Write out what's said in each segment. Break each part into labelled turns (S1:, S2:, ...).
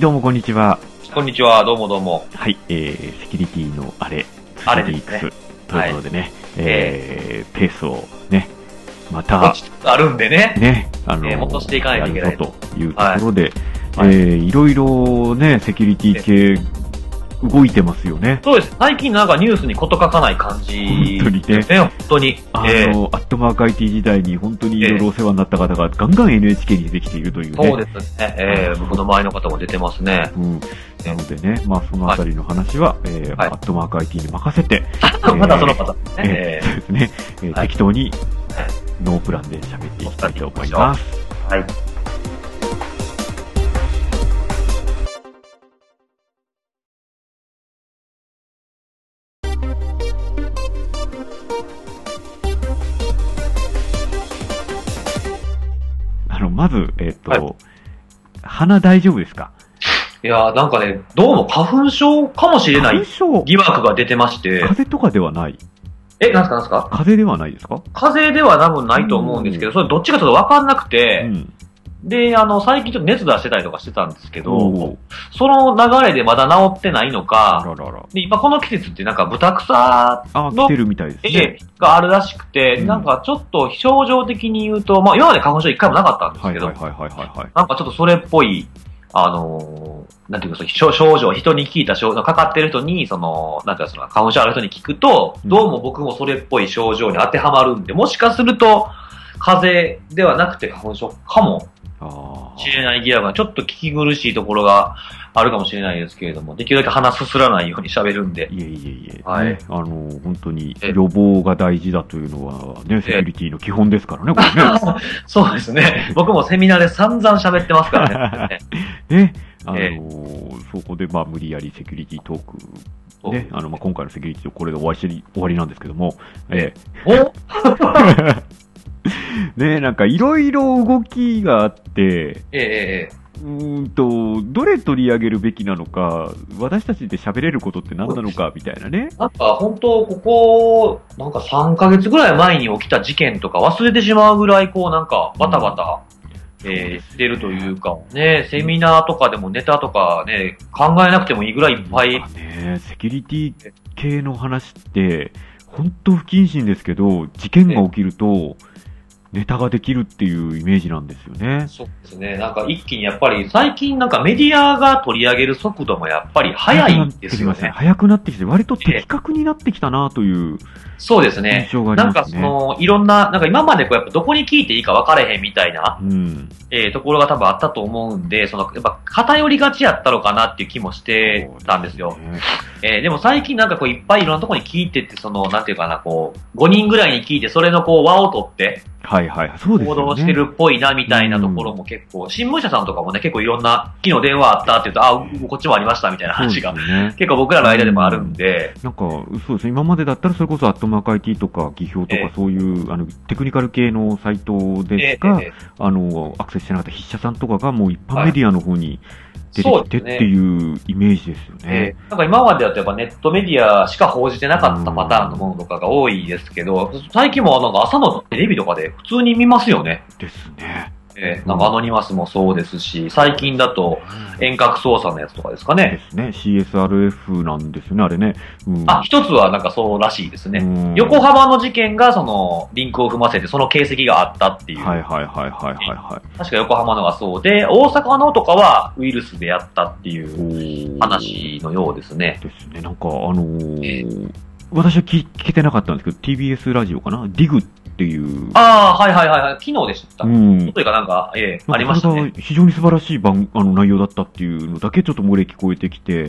S1: どうもこんにちは。
S2: こんにちは、どうもどうも。
S1: はい、えー、セキュリティのあれ、
S2: あれです
S1: スリ
S2: ね
S1: ークスということでね、えー、ペースをね、また
S2: 落、ちあるんでね。
S1: ね、あの
S2: えー戻していかないといけない
S1: やるぞというところで、
S2: はいはい
S1: えー、いろいろね、セキュリティ系、動いてますよね。
S2: そうです。最近なんかニュースに事書かない感じ
S1: 本当にね
S2: ですね、本当に。
S1: あ
S2: ええ
S1: の、アットマーク IT 時代に本当にいろいろお世話になった方がガンガン NHK に出てきているというね。
S2: そうですね。ええ僕の周りの方も出てますね。
S1: うん、なのでね、まあ、そのあたりの話は、えー
S2: はい
S1: アットマーク IT に任せて、ー
S2: まだその方 ですね。え
S1: そうですね、えー
S2: はい
S1: 適当にノープランで喋っていきたいと思います。
S2: えはい。
S1: あの、まず、えっ、と、
S2: はい
S1: 鼻大丈夫ですか
S2: いやーなんかね、どうも花粉症かもしれな
S1: 花粉
S2: い
S1: 症、
S2: 疑惑が出てまして
S1: 風、邪とかではない
S2: え、なんすかなんすか
S1: 風邪ではないですか
S2: 風邪では多分ないと思うんですけど、それどっちかちょっとわかんなく
S1: う
S2: て、
S1: ん。
S2: で、あの、最近ちょっと熱出してたりとかしてたんですけ
S1: お
S2: ど、その流れでまだ治ってないの
S1: あ
S2: か、
S1: ららら。
S2: で、今この季節ってなんか豚草
S1: あ、
S2: の
S1: 来てるみたいですね。
S2: があるらしくて、
S1: うん
S2: なんかちょっと非症状的に言うと、まあ今まで花粉症一回もなかったんです
S1: はい
S2: けど、
S1: はいはいはいはいはい。
S2: なんかちょっとそれっぽい、あのーなんていうか、その症症状、人に聞いた症状、かかってる人に、その、なんていうか、その、花粉症ある人に聞くと、
S1: うん
S2: どうも僕もそれっぽい症状に当てはまるんで、もしかすると、風邪ではなくて花粉症かも
S1: あ
S2: しれない疑惑が、ちょっと聞き苦しいところがあるかもしれないですけれども、できるだけ鼻すすらないように喋るんで
S1: ー、いえいえいえ、
S2: はい
S1: ねあの、本当に
S2: え
S1: 予防が大事だというのはね、セキュリティの基本ですからね、これ ね。
S2: そうですね。僕もセミナーで散々喋ってますからね。
S1: ね、あの
S2: え
S1: そこで、まあ、無理やりセキュリティトーク、
S2: そう
S1: ね、あの、まあ、今回のセキュリティとこれで終わりし終わりなんですけども、え
S2: お
S1: えね、なんかいろいろ動きがあって、
S2: ええええ
S1: うーんと、どれ取り上げるべきなのか、私たちで喋れることって何なのか、みたいなね。
S2: なんか本当、ここ、なんか3ヶ月ぐらい前に起きた事件とか忘れてしまうぐらい、こうなんかバタバタ、えーしてるというか、ね、セミナーとかでもネタとかね、考えなくてもいいぐらいいっぱい
S1: なん、かね、セキュリティ系の話って、本当不謹慎ですけど、事件が起きると、ネタができるっていうイメージなんですよね。
S2: そうですね、なんか一気にやっぱり最近なんかメディアが取り上げる速度もやっぱり速いんですよね。
S1: 早くなってきて、割と的確になってきたなという
S2: そうですね
S1: 印。象があり
S2: なん
S1: ま
S2: か
S1: す
S2: そ
S1: ね。
S2: の、いろんな、なんか今までこうやっぱどこに聞いていいか分かれへんみたいな、
S1: うん。
S2: えーところが多分あったと思うんで、その、やっぱ偏りがちやったのかなっていう気もしてたんですよ。
S1: そうね
S2: えーでも最近なんかこういっぱいいろんなところに聞いてって、その、なんていうかな、こう、5人ぐらいに聞いて、それのこう輪を取って
S1: はいはい。そうです
S2: 行
S1: よね。
S2: 動してるっぽいなみたいなところも結構、新聞社さんとかもね、結構いろんな、昨日電話あったって言うと、あ、うこっちもありましたみたいな
S1: そうです
S2: 話
S1: よ
S2: が、
S1: ね。
S2: 結構僕らの間でもあるんで、
S1: なんか、そうですね。今までだったら、それこそ、アットマーク IT とか、技評と
S2: え
S1: か、そういう、あの、テクニカル系のサイトで
S2: え
S1: すか、
S2: え
S1: あの、アクセスしてなかった筆者さんとかが、もう一般メディアの方に出て
S2: そう
S1: きて
S2: で
S1: っ
S2: すね
S1: ていうイメージですよね
S2: え。ーなんか今までだとやっぱネットメディアしか報じてなかったパターンのものとかが多いですけど、最近もなんか朝のテレビとかで普通に見ますよね。
S1: ですね。
S2: えーなんかアノニマスもそうですし、最近だと遠隔操作のやつとかですか
S1: で
S2: ね。
S1: すね。CSRF なんですよね、あれね。うん
S2: あ、一つはなんかそうらしいですね。
S1: うん
S2: 横浜の事件がそのリンクを踏ませてその形跡があったっていう。
S1: はいはいはいはいはいは
S2: 確か横浜のがそうで、大阪のとかはウイルスでやったってい
S1: い。お
S2: う
S1: ー
S2: 話のようですね。
S1: ですね。なんか、あのー私は聞聞けてなかったんですけど、TBS ラジオかな ?DIG っていう。
S2: ああ、はいはいはいはい。昨日でした。
S1: うん。
S2: というかなんか、ええありました
S1: なんか
S2: ね。
S1: それが非常に素晴らしい番、あの、内容だったっていうのだけちょっと漏れ聞こえてきて、
S2: ええええ
S1: う
S2: え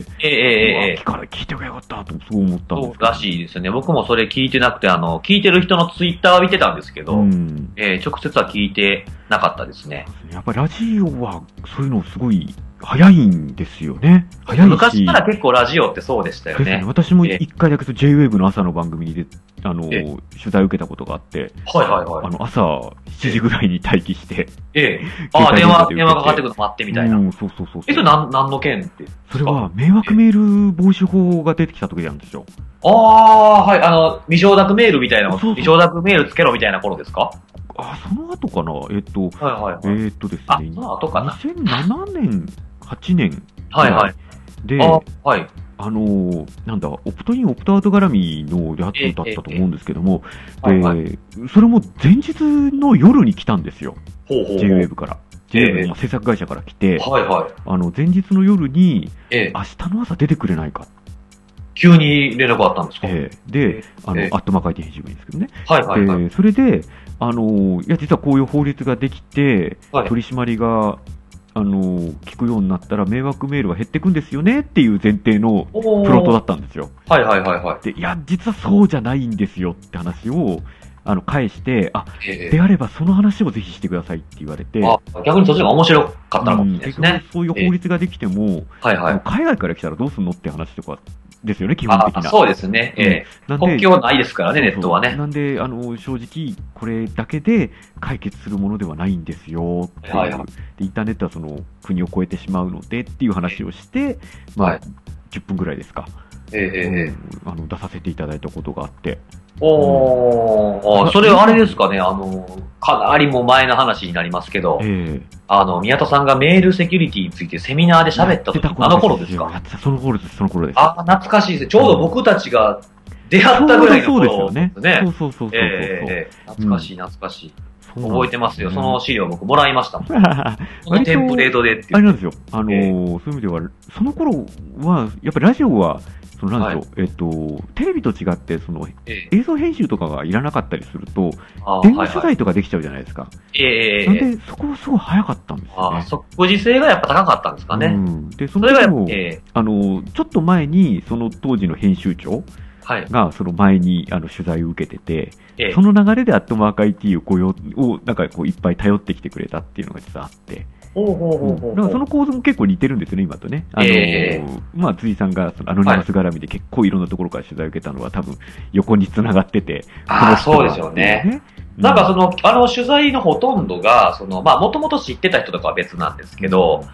S1: わ
S2: え。
S1: 聞から聞いておけばよかったと、そう思ったんです
S2: そうらしいですね。僕もそれ聞いてなくて、あの、聞いてる人のツイッターは見てたんですけど、
S1: うん。
S2: えー直接は聞いてなかったですね。
S1: やっぱりラジオは、そういうのすごい、早いんですよね。早いし。
S2: 昔から結構ラジオってそうでしたよ
S1: ですね
S2: ね。
S1: 私も
S2: ええ
S1: 一回だけその JWAVE の朝の番組にで、あの、
S2: え
S1: 取材を受けたことがあって、
S2: はいはい
S1: あ
S2: はい。
S1: の、朝7時ぐらいに待機して、
S2: ええああ、
S1: 携帯
S2: 電
S1: 電話で
S2: 話、
S1: 受けて
S2: 電話かかってくるの待ってみたいな。
S1: うん、そうそうそうそう。
S2: え、それなん、なんの件って。
S1: それは、迷惑メール防止法が出てきた時なんですよ。
S2: ああ、はい、あの、未承諾メールみたいな
S1: そ
S2: の
S1: うそう
S2: 未承諾メールつけろみたいな頃ですか
S1: あ、その後かなえっと、
S2: はいはい
S1: え
S2: はい。
S1: っとですね。
S2: あその後かな
S1: 2007年、8年
S2: はいはい。
S1: で、
S2: あはい。
S1: あのーなんだ、オプトイン、オプトアウト絡みのやつだったと思うんですけども、
S2: はいはい。
S1: でそれも前日の夜に来たんですよ、
S2: ほうほうほ
S1: JWAVE から。
S2: ええ
S1: JWAVE の制作会社から来て、
S2: う。はいはい。
S1: あの前日の夜に、
S2: ええ。
S1: 明日の朝出てくれないか
S2: 急に連絡あったんですか、
S1: ええで、あの、
S2: ええ
S1: アットマーク IT 編集部ですけどね。
S2: はいはいはい。
S1: でそれで、あの、いや、実はこういう法律ができて、
S2: はい
S1: 取り締まりが、あの、聞くようになったら迷惑メールは減ってくんですよねっていう前提の
S2: おお
S1: プロットだったんですよ。
S2: はいはいはいは
S1: で、いや、実はそうじゃないんですよって話を、あの、返して、あ、
S2: い。ええ
S1: であればその話をぜひしてくださいって言われて、
S2: あ逆にそっちの方が面白かったのか
S1: う
S2: もしれ
S1: ん
S2: ないで
S1: 結
S2: す
S1: 局
S2: ね。
S1: そういう法律ができても、
S2: はいは
S1: あの
S2: い。
S1: 海外から来たらどうすんのって話とかですよね、基本的
S2: あ
S1: な。
S2: そうですね。ええ
S1: なんで
S2: 国境はないですからね、ネ
S1: そうそう
S2: ットはね。
S1: なんで、あの、正直、これだけで解決するものではないんですよ、っていう。
S2: はいはい
S1: で、インターネットはその、国を越えてしまうので、っていう話をして、まあ、
S2: はい
S1: 10分ぐらいですか、
S2: えええええ
S1: う
S2: え
S1: んあの、出させていただいたことがあって。
S2: お
S1: う
S2: ー、
S1: ん
S2: あそれはあれですかね、あの、かなりもう前の話になりますけど、
S1: ええ
S2: あの、宮田さんがメールセキュリティについてセミナーで喋った
S1: やて
S2: 時、あの頃です
S1: や
S2: か
S1: ってたその頃です、その頃です。
S2: あー、懐かしいです。ちょうど僕たちが出会ったぐらいの
S1: そう
S2: 頃
S1: ですよね。そうそうそうそうそう。
S2: ええええええ懐かしい、懐かしい。
S1: そうなん
S2: 覚え
S1: で
S2: てますよ。
S1: うん
S2: その資料僕もらいましたもん。
S1: す
S2: このテンプレートでって
S1: あ
S2: い
S1: れなん
S2: う。
S1: ですよ。あのー
S2: え
S1: そういう意味では、その頃は、やっぱりラジオは、そのなんでしょう、えっと、テレビと違って、その
S2: ええ
S1: 映像編集とかがいらなかったりすると、
S2: あー
S1: 電
S2: はい
S1: 話取
S2: はい
S1: 材とかできちゃうじゃないですか。
S2: ええええええ
S1: なんで、そこはすごい早かったんですよ
S2: あ
S1: ね
S2: あ、。即時性がやっぱ高かったんですか
S1: う
S2: ね。
S1: ん、で、そ
S2: そ
S1: の
S2: れが
S1: 時
S2: やっ
S1: も
S2: ぱ、、ええ
S1: あの、ちょっと前に、その当時の編集長
S2: はい。
S1: が、その前に、あの、取材を受けてて、
S2: ええ
S1: その流れでアットマーク IT を雇用、を、なんかこう、いっぱい頼ってきてくれたっていうのが実はあって、
S2: ほうほうほうほ
S1: う
S2: うん
S1: だからその構図も結構似てるんですよね、今とね。あのー
S2: ええ
S1: まあ、辻さんがそのアノニマス絡みで結構いろんなところから取材を受けたのは、多分横に繋がってて、
S2: ああ、
S1: この
S2: そ
S1: 人
S2: うで
S1: が
S2: すよね。。
S1: う
S2: なんかその、あの取材のほとんどが、その、まあ、もともと知ってた人とかは別なんですけど、、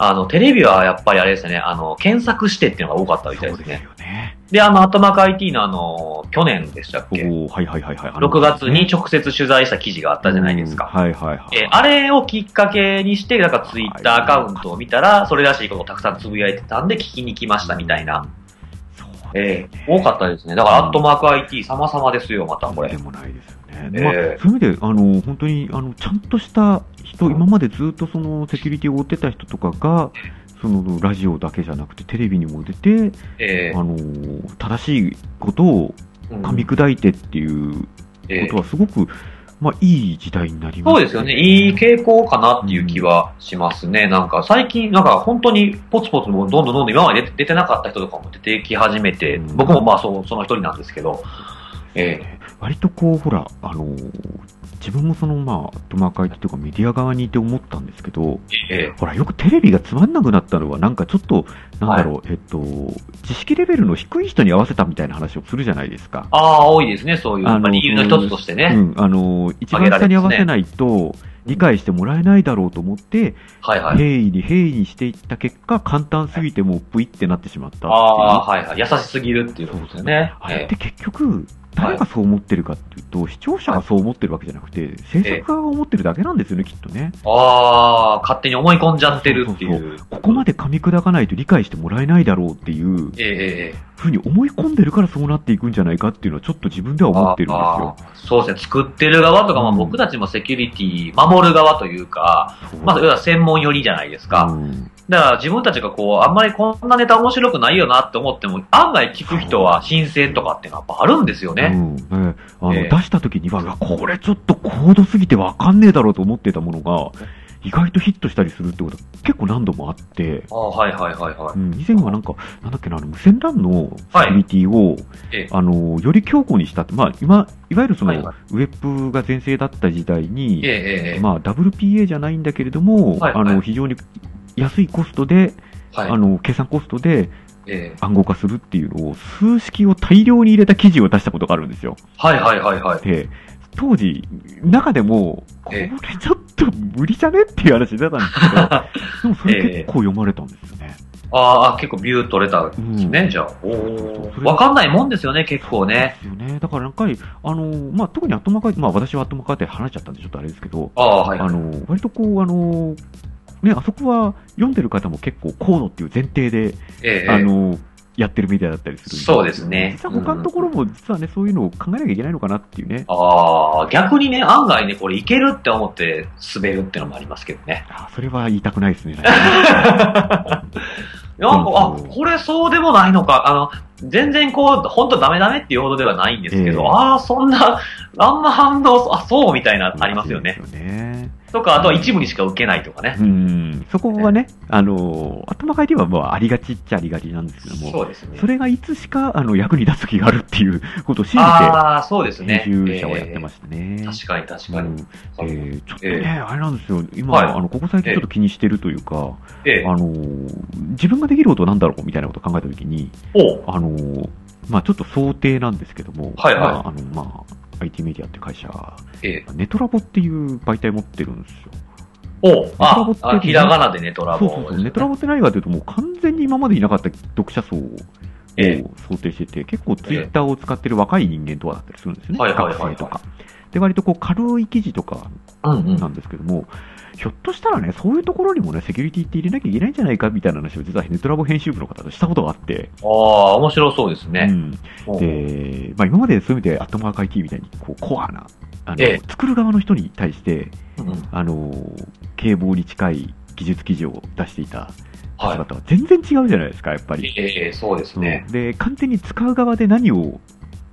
S2: あの、テレビはやっぱりあれですよね、あの、検索してっていうのが多かった
S1: そう
S2: みたい
S1: で
S2: です
S1: すよ
S2: ね。
S1: ね。
S2: で、あの、アットマーク IT のあの、去年でしたっ
S1: お
S2: け
S1: ーはいはいはいはい。あの
S2: ?6 月に直接取材した記事があったじゃないですか。
S1: うんはいはいはい。
S2: えーあれをきっかけにして、なんかツイッターアカウントを見たら、それらしいことをたくさんつぶやいてたんで、聞きに来ましたみたいな。。
S1: そう
S2: えー多かったですね。だから、アットマーク IT 様々ですよ、またこ
S1: で
S2: れ。
S1: もないですよね。
S2: ええ
S1: まあ、そういう意味で、あの、本当に、あの、ちゃんとした人、今までずっとその、セキュリティを追ってた人とかが、その、ラジオだけじゃなくて、テレビにも出て、
S2: え
S1: あの、正しいことを
S2: ーうん
S1: 噛み砕いてっていうこ
S2: えー
S1: とは、すごく、まあ、いい時代になりまし
S2: そ
S1: た
S2: うですよね。いい傾向かなっていう気はしますね。なんか最近、なんか本当にポツポツもうどんどんどんどん今まで出て出てなかった人とかも出てき始めて、
S1: うん
S2: 僕もまあそうその一人なんですけど、ええ
S1: 割とこう、ほら、あの、自分もその、まあ、アットマーク IT とかメディア側にいて思ったんですけど、
S2: ええ
S1: ほら、よくテレビがつまんなくなったのは、なんかちょっと、なんだろう、えっと、知識レベルの低い人に合わせたみたいな話をするじゃないですか。
S2: ああ、多いですね、そういう。
S1: あの
S2: まあ理由の一つとして
S1: う
S2: ね。
S1: ん、あの、一番
S2: げられ
S1: 下
S2: て
S1: に
S2: ま
S1: 合
S2: すね
S1: わせないと、理解してもらえないだろうと思って、
S2: はいはい。
S1: 平易に平易にしていった結果、簡単すぎてもうプイってなってしまったっていう
S2: ああ、はいはい。優しすぎるっていうことですよね。
S1: あれっ
S2: え
S1: て結局、誰がそう思ってるかっていうと、視聴者がそう思ってるわけじゃなくて、制作側が思ってるだけなんですよね、きっとね。
S2: えああ、勝手に思い込んじゃってるってい。
S1: そうここまで噛み砕かないと理解してもらえないだろうっていう
S2: ええええ
S1: ふうに思い込んでるからそうなっていくんじゃないかっていうのはちょっと自分では思ってるんですよ。
S2: ああそうですね。作ってる側とか、まあ
S1: うん
S2: 僕たちもセキュリティ、守る側というか、
S1: そう
S2: まあ、要は専門寄りじゃないですか。
S1: うん
S2: だから自分たちがこう、あんまりこんなネタ面白くないよなって思っても、案外聞く人は新鮮とかっていうのはやっぱあるんですよ
S1: う
S2: ね。
S1: んええあの
S2: ええ
S1: 出した時には、うわこれちょっと高度すぎてわかんねえだろうと思ってたものが、意外とヒットしたりするってことは結構何度もあって、
S2: ああ、はいはいはいは
S1: うん以前はなんか、なんだっけな、あの無線 LAN のセキュリティを、
S2: ええ
S1: あのより強固にしたって、まあ、今、いわゆるその、
S2: はいは
S1: ウェブが全盛だった時代
S2: い。
S1: に、
S2: えええええ
S1: まあ、WPA じゃないんだけれども、
S2: はい
S1: あ
S2: は
S1: の
S2: い
S1: 非常に安いコストで、
S2: えはい
S1: あの計算コストで
S2: ええ
S1: 暗号化するっていうのを、数式を大量に入れた記事を出したことがあるんですよ。
S2: はいはいはいはい。
S1: で当時、中でも、これ
S2: え
S1: ちょっと無理じゃねっていう話出たんですけ ど、でもそれ結構読まれたんですよね。
S2: ああ、結構ビュー取れたんですね、じゃあ。お
S1: そうそ
S2: ー
S1: れ
S2: わかんないもんですよね、結構ね。
S1: そうですよね。だから、なんかり、あの、まあ、特にアットマークまあ、私はアットマークで話しちゃったんで、ちょっとあれですけど、
S2: ああ、はい
S1: あ。の、割とこう、あの、ね、あそこは読んでる方も結構高度っていう前提で、
S2: ええ
S1: あの、やってるみたいだったりするん
S2: そうですね
S1: 実は他のところも、実はね、そういうのを考えなきゃいけないのかなっていうね。
S2: ああ、逆にね、案外ね、これいけるって思って滑るってのもありますけどね。
S1: あそれは言いたくない ですね。
S2: なんか、あ
S1: うんうん、
S2: これそうでもないのか、あの、全然こう、ほんとダメダメっていうほどではないんですけど、
S1: ええ
S2: ああ、そんな、あんま反応、あ、そうみたいな、ありますよね。
S1: そうですよね。
S2: とか、あとは一部にしか受けないとかね。
S1: うん。そこはね、あの、頭回転はまあありがちっちゃありがちなんですけども、
S2: そうですね
S1: そ。れがいつしかあの役に立つ気があるっていうことを信じ
S2: ああ、そうです
S1: て、
S2: ね。
S1: 編集者をやってま
S2: し
S1: したね。
S2: 確かに確か
S1: う
S2: に。
S1: んえーちょっと
S2: え
S1: ね、
S2: え
S1: あれなんですよ、今、
S2: はい
S1: あのここ最近ちょっと気にしてるというか、
S2: ええ
S1: あのー自分ができることなんだろうみたいなことを考えたときに、
S2: おう
S1: あのーまあ、ちょっと想定なんですけども、
S2: はいはい
S1: まああのまあ、IT メディアって会社、
S2: ええ
S1: ネトラボっていう媒体持ってるんですよ。
S2: おう
S1: ネトラボ
S2: あ
S1: って、
S2: あひらがなでネトラ
S1: そ
S2: ボ
S1: う
S2: で
S1: そ
S2: す
S1: う
S2: ね。
S1: そう、ネトラボって何かというと、もう完全に今までいなかった読者層を
S2: え
S1: 想定してて、結構ツイッターを使ってる若い人間とかだったりするんですね、
S2: はいはいはいはい
S1: 学生とか。で、割とこう軽い記事とか
S2: うんうん。
S1: なんですけども、ひょっとしたらね、そういうところにもね、セキュリティって入れなきゃいけないんじゃないかみたいな話を実はネトラボ編集部の方としたことがあって、
S2: ああ、面白そうです
S1: う
S2: ね。
S1: ん
S2: おう
S1: で、まあ、今までそういう意味でアットマーク IT みたいにこうコアな、あの
S2: ええ
S1: 作る側の人に対して、
S2: うんうん
S1: あの警棒に近い技術記事を出していた方
S2: は
S1: 々は全然違うじゃないですか、やっぱ
S2: い
S1: り。。
S2: ええ、そうですね。
S1: うんで、完全に使う側で何を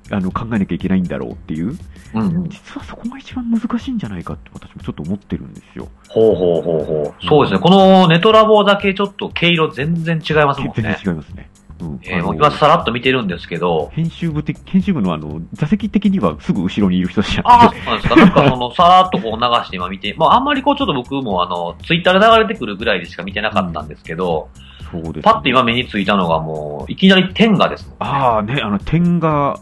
S1: あの考えなきゃいけないんだろうっていう、
S2: うんうん。
S1: 実はそこが一番難しいんじゃないかって私もちょっと思ってるんですよ。
S2: ほうほうほうほう。そうですね。このネトラボだけちょっと毛色全然違いますもん
S1: 全然
S2: ね。
S1: 違いますね。うん
S2: え
S1: あ
S2: ー、
S1: の
S2: 僕はさらっと見てるんですけど、
S1: 編集部的、編集部のあの、座席的にはすぐ後ろにいる人じゃな
S2: ああ、
S1: く
S2: そうなんですか。なんかその、さらっとこう流して今見て、まああんまりこうちょっと僕もあの、ツイッターで流れてくるぐらいでしか見てなかったんですけど、
S1: そうですね
S2: パッと今目についたのがもう、いきなり天下ですもんね。
S1: ああね、あの、点が、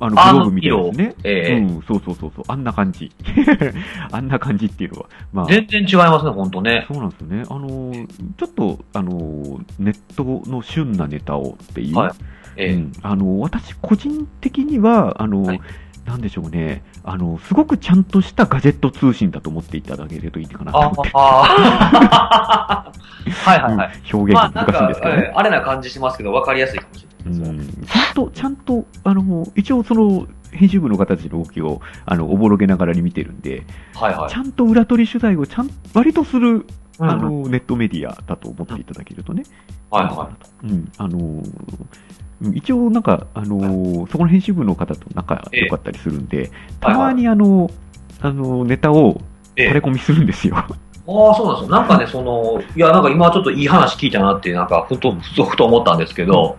S1: あの、
S2: あ
S1: グローブみたいなやつね。
S2: ええ
S1: うん、そうそうそうそう、あんな感じ。 あんな感じっていうのは。まあ、
S2: 全然違いますね、ほんとね。
S1: そうなんですよね。あのー、ちょっと、あのー、ネットの旬なネタをっていう。
S2: はいええ
S1: うん、あのー、私個人的には、あのー、
S2: はい
S1: なんでしょうね。あのー、すごくちゃんとしたガジェット通信だと思っていただけるといいかなと
S2: あ
S1: 思
S2: あ
S1: って。、
S2: ああはいはいはい。
S1: うん表現
S2: まあ
S1: が
S2: なん
S1: 難しいんです
S2: か
S1: けどね。、
S2: えーあれな感じしますけど、わかりやすいかもしれ
S1: う
S2: ないですね。
S1: んちゃんと、ちゃんと、あの、一応その、編集部の方たちの動きを、あの、おぼろげながらに見てるんで、
S2: はいはい
S1: ち。ゃんと裏取り取材をちゃん、割とする、
S2: うん
S1: あの、ネットメディアだと思っていただけるとね。
S2: はいはい。
S1: い。うん、あの、うん一応なんか、あの、そこの編集部の方と仲良かったりするんで、たまにあの、あの、ネタを、
S2: ええ
S1: 垂れ込みするんですよ。
S2: ああ、そうなんですよ。なんかね、その、いや、なんか今ちょっといい話聞いたなって、なんか、ふと、ふと、ふと思ったんですけど、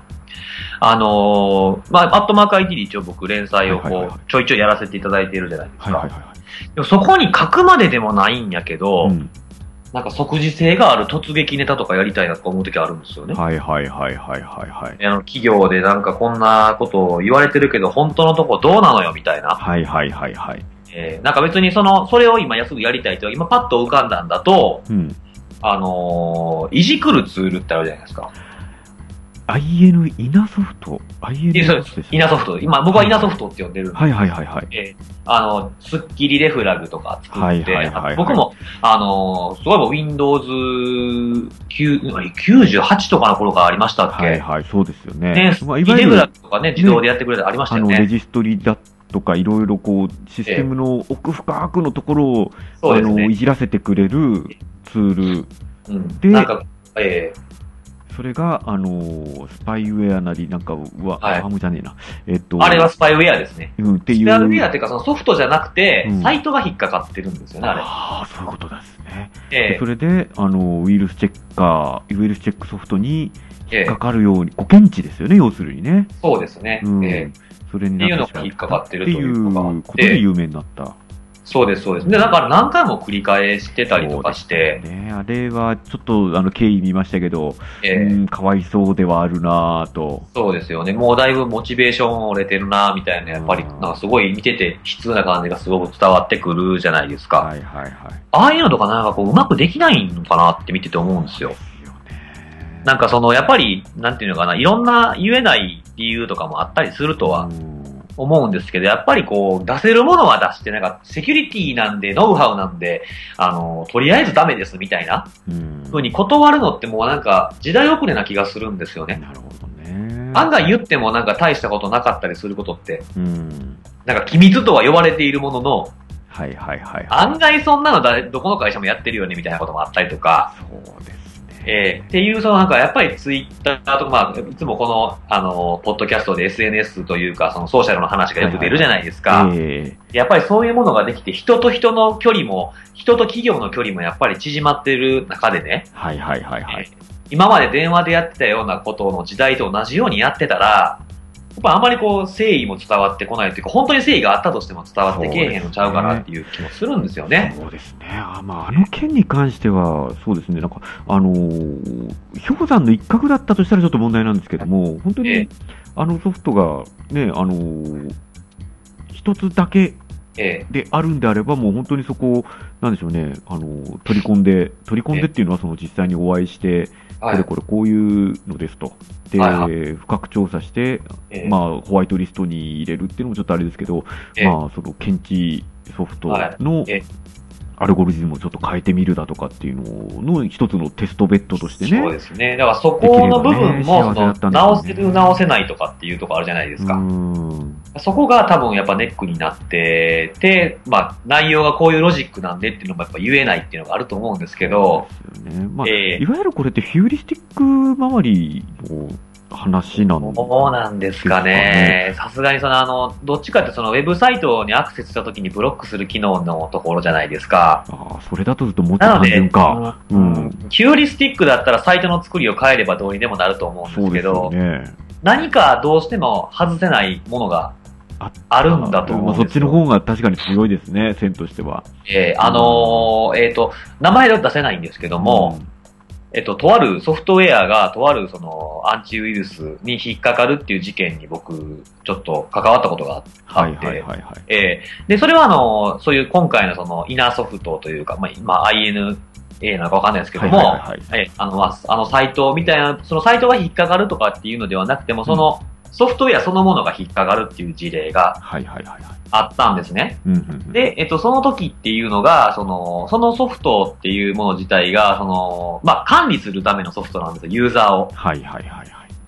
S2: あのーまあ、アットマーク IT で一応僕連載を
S1: はいはいはい
S2: こ
S1: は
S2: う、ちょいちょいやらせていただいてるじゃないです
S1: はいはい
S2: か。
S1: は
S2: でもそこに書くまででもないんやけ
S1: いは
S2: ど
S1: い。う、ん
S2: なんか即時性がある突撃ネタとかやりたいなとか思う時あるんですよね。
S1: はいはいはいはいはいはい。
S2: あの、企業でなんかこんなことを言われてるけど、本当のとこどうなのよみたいな。
S1: はいはいはいはい。
S2: えーなんか別にその、それを今やすぐやりたいと、今パッと浮かんだんだと、
S1: うん。
S2: あのーいじくるツールってあるじゃないですか。
S1: IN、イナソフト ?IN
S2: いやそう
S1: です
S2: イナソフト。今、僕はイナソフトって呼んでるんで、
S1: はいはいはいはい。
S2: えーあの、スッキリレフラグとか作って、
S1: はいはいはいはい
S2: 僕も、あのーすごいもう Windows 9 98とかの頃からありましたっけ、
S1: はいはい、そうですよね。
S2: ね、ス
S1: まあ
S2: ッ
S1: い
S2: キ
S1: わ
S2: リレ
S1: ゆ
S2: フラ
S1: る、
S2: グとかね、自動でやってくれたありました
S1: あ
S2: よ
S1: の、
S2: ね。
S1: レジストリだとか、いろいろこう、システムの奥深くのところを、
S2: そう
S1: あ
S2: です
S1: の、い
S2: ね。
S1: じらせてくれるツール。
S2: うん、
S1: で
S2: なんか、えー
S1: それが、あの、スパイウェアなり、なんか、うわ、
S2: はい
S1: アームじゃねえな。えっと、
S2: あれはスパイウェアですね。
S1: うん、ってい
S2: ス
S1: う。
S2: パイウェアっていうか、そのソフトじゃなくて、
S1: うん
S2: サイトが引っかかってるんですよね、あれ。
S1: ああ、そういうことですね。
S2: え
S1: でそれで、あの、ウイルスチェッカー、ウイルスチェックソフトに
S2: ええ
S1: かかるように、ご検知ですよね、要するにね。
S2: えそうですね。
S1: うん
S2: ええ
S1: それになんしま
S2: っていうのが引っかかってるという
S1: って
S2: のがあって
S1: いうことで有名になった。
S2: そうです、そうです。で、なんか何回も繰り返してたりとかして、
S1: ね、あれはちょっとあの経緯見ましたけど、
S2: ええ
S1: うん、かわいそうではあるなぁと。
S2: そうですよね。もうだいぶモチベーション折れてるな、みたいな、やっぱり、
S1: うん
S2: なんかすごい見てて悲痛な感じがすごく伝わってくるじゃないですか。
S1: はいはいはい。
S2: ああいうのとかなんかこう、うまくできないのかなって見てて思うんですよ。
S1: ですよね。
S2: なんかその、やっぱり、なんていうのかな、いろんな言えない理由とかもあったりするとは
S1: うん
S2: 思うんですけど、やっぱりこう、出せるものは出して、なんか、セキュリティなんで、ノウハウなんで、あの、とりあえずダメですみたいな
S1: うん。
S2: 風に断るのってもうなんか、時代遅れな気がするんですよね。
S1: なるほどね。
S2: 案外言ってもなんか大したことなかったりすることって、
S1: うん。
S2: なんか機密とは呼ばれているものの、
S1: はいはいはい。
S2: 案外そんなの誰どこの会社もやってるよねみたいなこともあったりとか、
S1: そうですね。
S2: えーっていう、そのなんか、やっぱりツイッターとか、まあ、いつもこの、あの、ポッドキャストで SNS というか、そのソーシャルの話がよく出るじゃないですか。
S1: え
S2: やっぱりそういうものができて、人と人の距離も、人と企業の距離もやっぱり縮まってる中でね、
S1: えはいはいはいはい。
S2: 今まで電話でやってたようなことの時代と同じようにやってたら、やっぱあまりこう、誠意も伝わってこないというか、本当に誠意があったとしても伝わってけえへんのちゃうかなっていう気もするんですよね。
S1: そうですね。あ、まあ、あの件に関しては、そうですね。なんか、あのー氷山の一角だったとしたらちょっと問題なんですけども、本当
S2: え
S1: に
S2: え、
S1: あのソフトが、ね、あのー一つだけ
S2: え
S1: であるんであれば、もう本当にそこを、なんでしょうね、あのー取り込んで、取り込んでっていうのは、その実際にお会いして、
S2: え
S1: こ
S2: は
S1: れ
S2: い。
S1: これこういうのですと。で、
S2: はいは
S1: 深く調査して、
S2: ええ
S1: まあ、ホワイトリストに入れるっていうのもちょっとあれですけど、
S2: ええ
S1: まあ、その検知ソフトの
S2: いええ
S1: アルゴリズムをちょっと変えてみるだとかっていうのの一つのテストベッドとしてね。
S2: そうですね。だからそこの部分
S1: できればね幸せ
S2: も、そ
S1: だ
S2: の
S1: ったんですよね
S2: 直せる、直せないとかっていうところあるじゃないです
S1: うー
S2: か。
S1: ん
S2: そこが多分やっぱネックになってて、まあ内容がこういうロジックなんでっていうのもやっぱ言えないっていうのがあると思うんですけど、
S1: そうですよね。まあ、
S2: ええ
S1: いわゆるこれってヒューリスティック周りの話なんで
S2: そうなんですかね。さすがにそのあの、どっちかってそのウェブサイトにアクセスした時にブロックする機能のところじゃないですか。
S1: ああ、それだとするともっと
S2: なの
S1: 単
S2: で、
S1: 純か。
S2: う
S1: うんん
S2: ヒューリスティックだったらサイトの作りを変えればどうにでもなると思うんで
S1: そう
S2: す
S1: で
S2: け
S1: す
S2: ど
S1: よ、ね。
S2: 何かどうしても外せないものが
S1: あ
S2: あるんだと
S1: ま
S2: 思
S1: あ
S2: う
S1: そ
S2: ん
S1: っ
S2: です
S1: ちの
S2: よ
S1: 方が確かに強いですね、線としては。
S2: えーあのーえっ、と、名前は出せないんですけども、えっ、と、とあるソフトウェアが、とあるその、アンチウイルスに引っかかるっていう事件に僕、ちょっと関わったことがあって、
S1: はいはいはいはい。
S2: えーで、それはあのーそういう今回のその、イナーソフトというか、まあ、今 INA なのかわかんないですけども、
S1: はいはいはいはい
S2: えーあの、ああのサイトみたいな、そのサイトが引っかかるとかっていうのではなくても、その、ソフトウェアそのものが引っかかるっていう事例が
S1: はいはいはいはい。
S2: あったんですね。
S1: うんうんうん、
S2: で、えっと、その時っていうのが、その、そのソフトっていうもの自体が、その、まあ、管理するためのソフトなんですよ、ユーザーを。
S1: はいはいはいはい。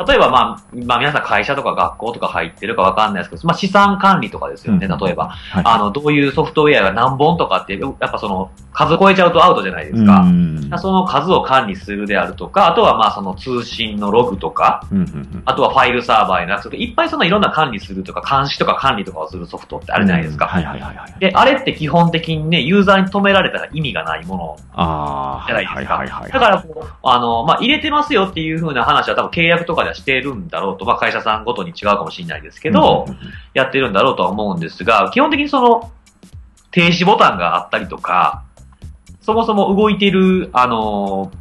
S2: 例えば、まあ、まあ、皆さん会社とか学校とか入ってるかわかんないですけど、まあ、資産管理とかですよね、
S1: うん
S2: 例えば。
S1: はい、
S2: あの、どういうソフトウェアが何本とかって、やっぱその、数超えちゃうとアウトじゃないですか。
S1: うん
S2: その数を管理するであるとか、あとはまあその通信のログとか、
S1: うんうんうん
S2: あとはファイルサーバーになくて、いっぱいそのいろんな管理するとか、監視とか管理とかをするソフトってあるじゃないですか。
S1: うんはいはいはいはい。
S2: で、あれって基本的にね、ユーザーに止められたら意味がないもの
S1: ああ、
S2: じゃ
S1: は
S2: ないい
S1: は
S2: で
S1: い
S2: すか。
S1: はいはい。
S2: だからこう、あの、まあ、入れてますよっていう風な話は多分契約とかではしてるんだろうと、まあ、会社さんごとに違うかもしれないですけど、
S1: うんうんうん
S2: やってるんだろうとは思うんですが、基本的にその、停止ボタンがあったりとか、そもそも動いてる、あの、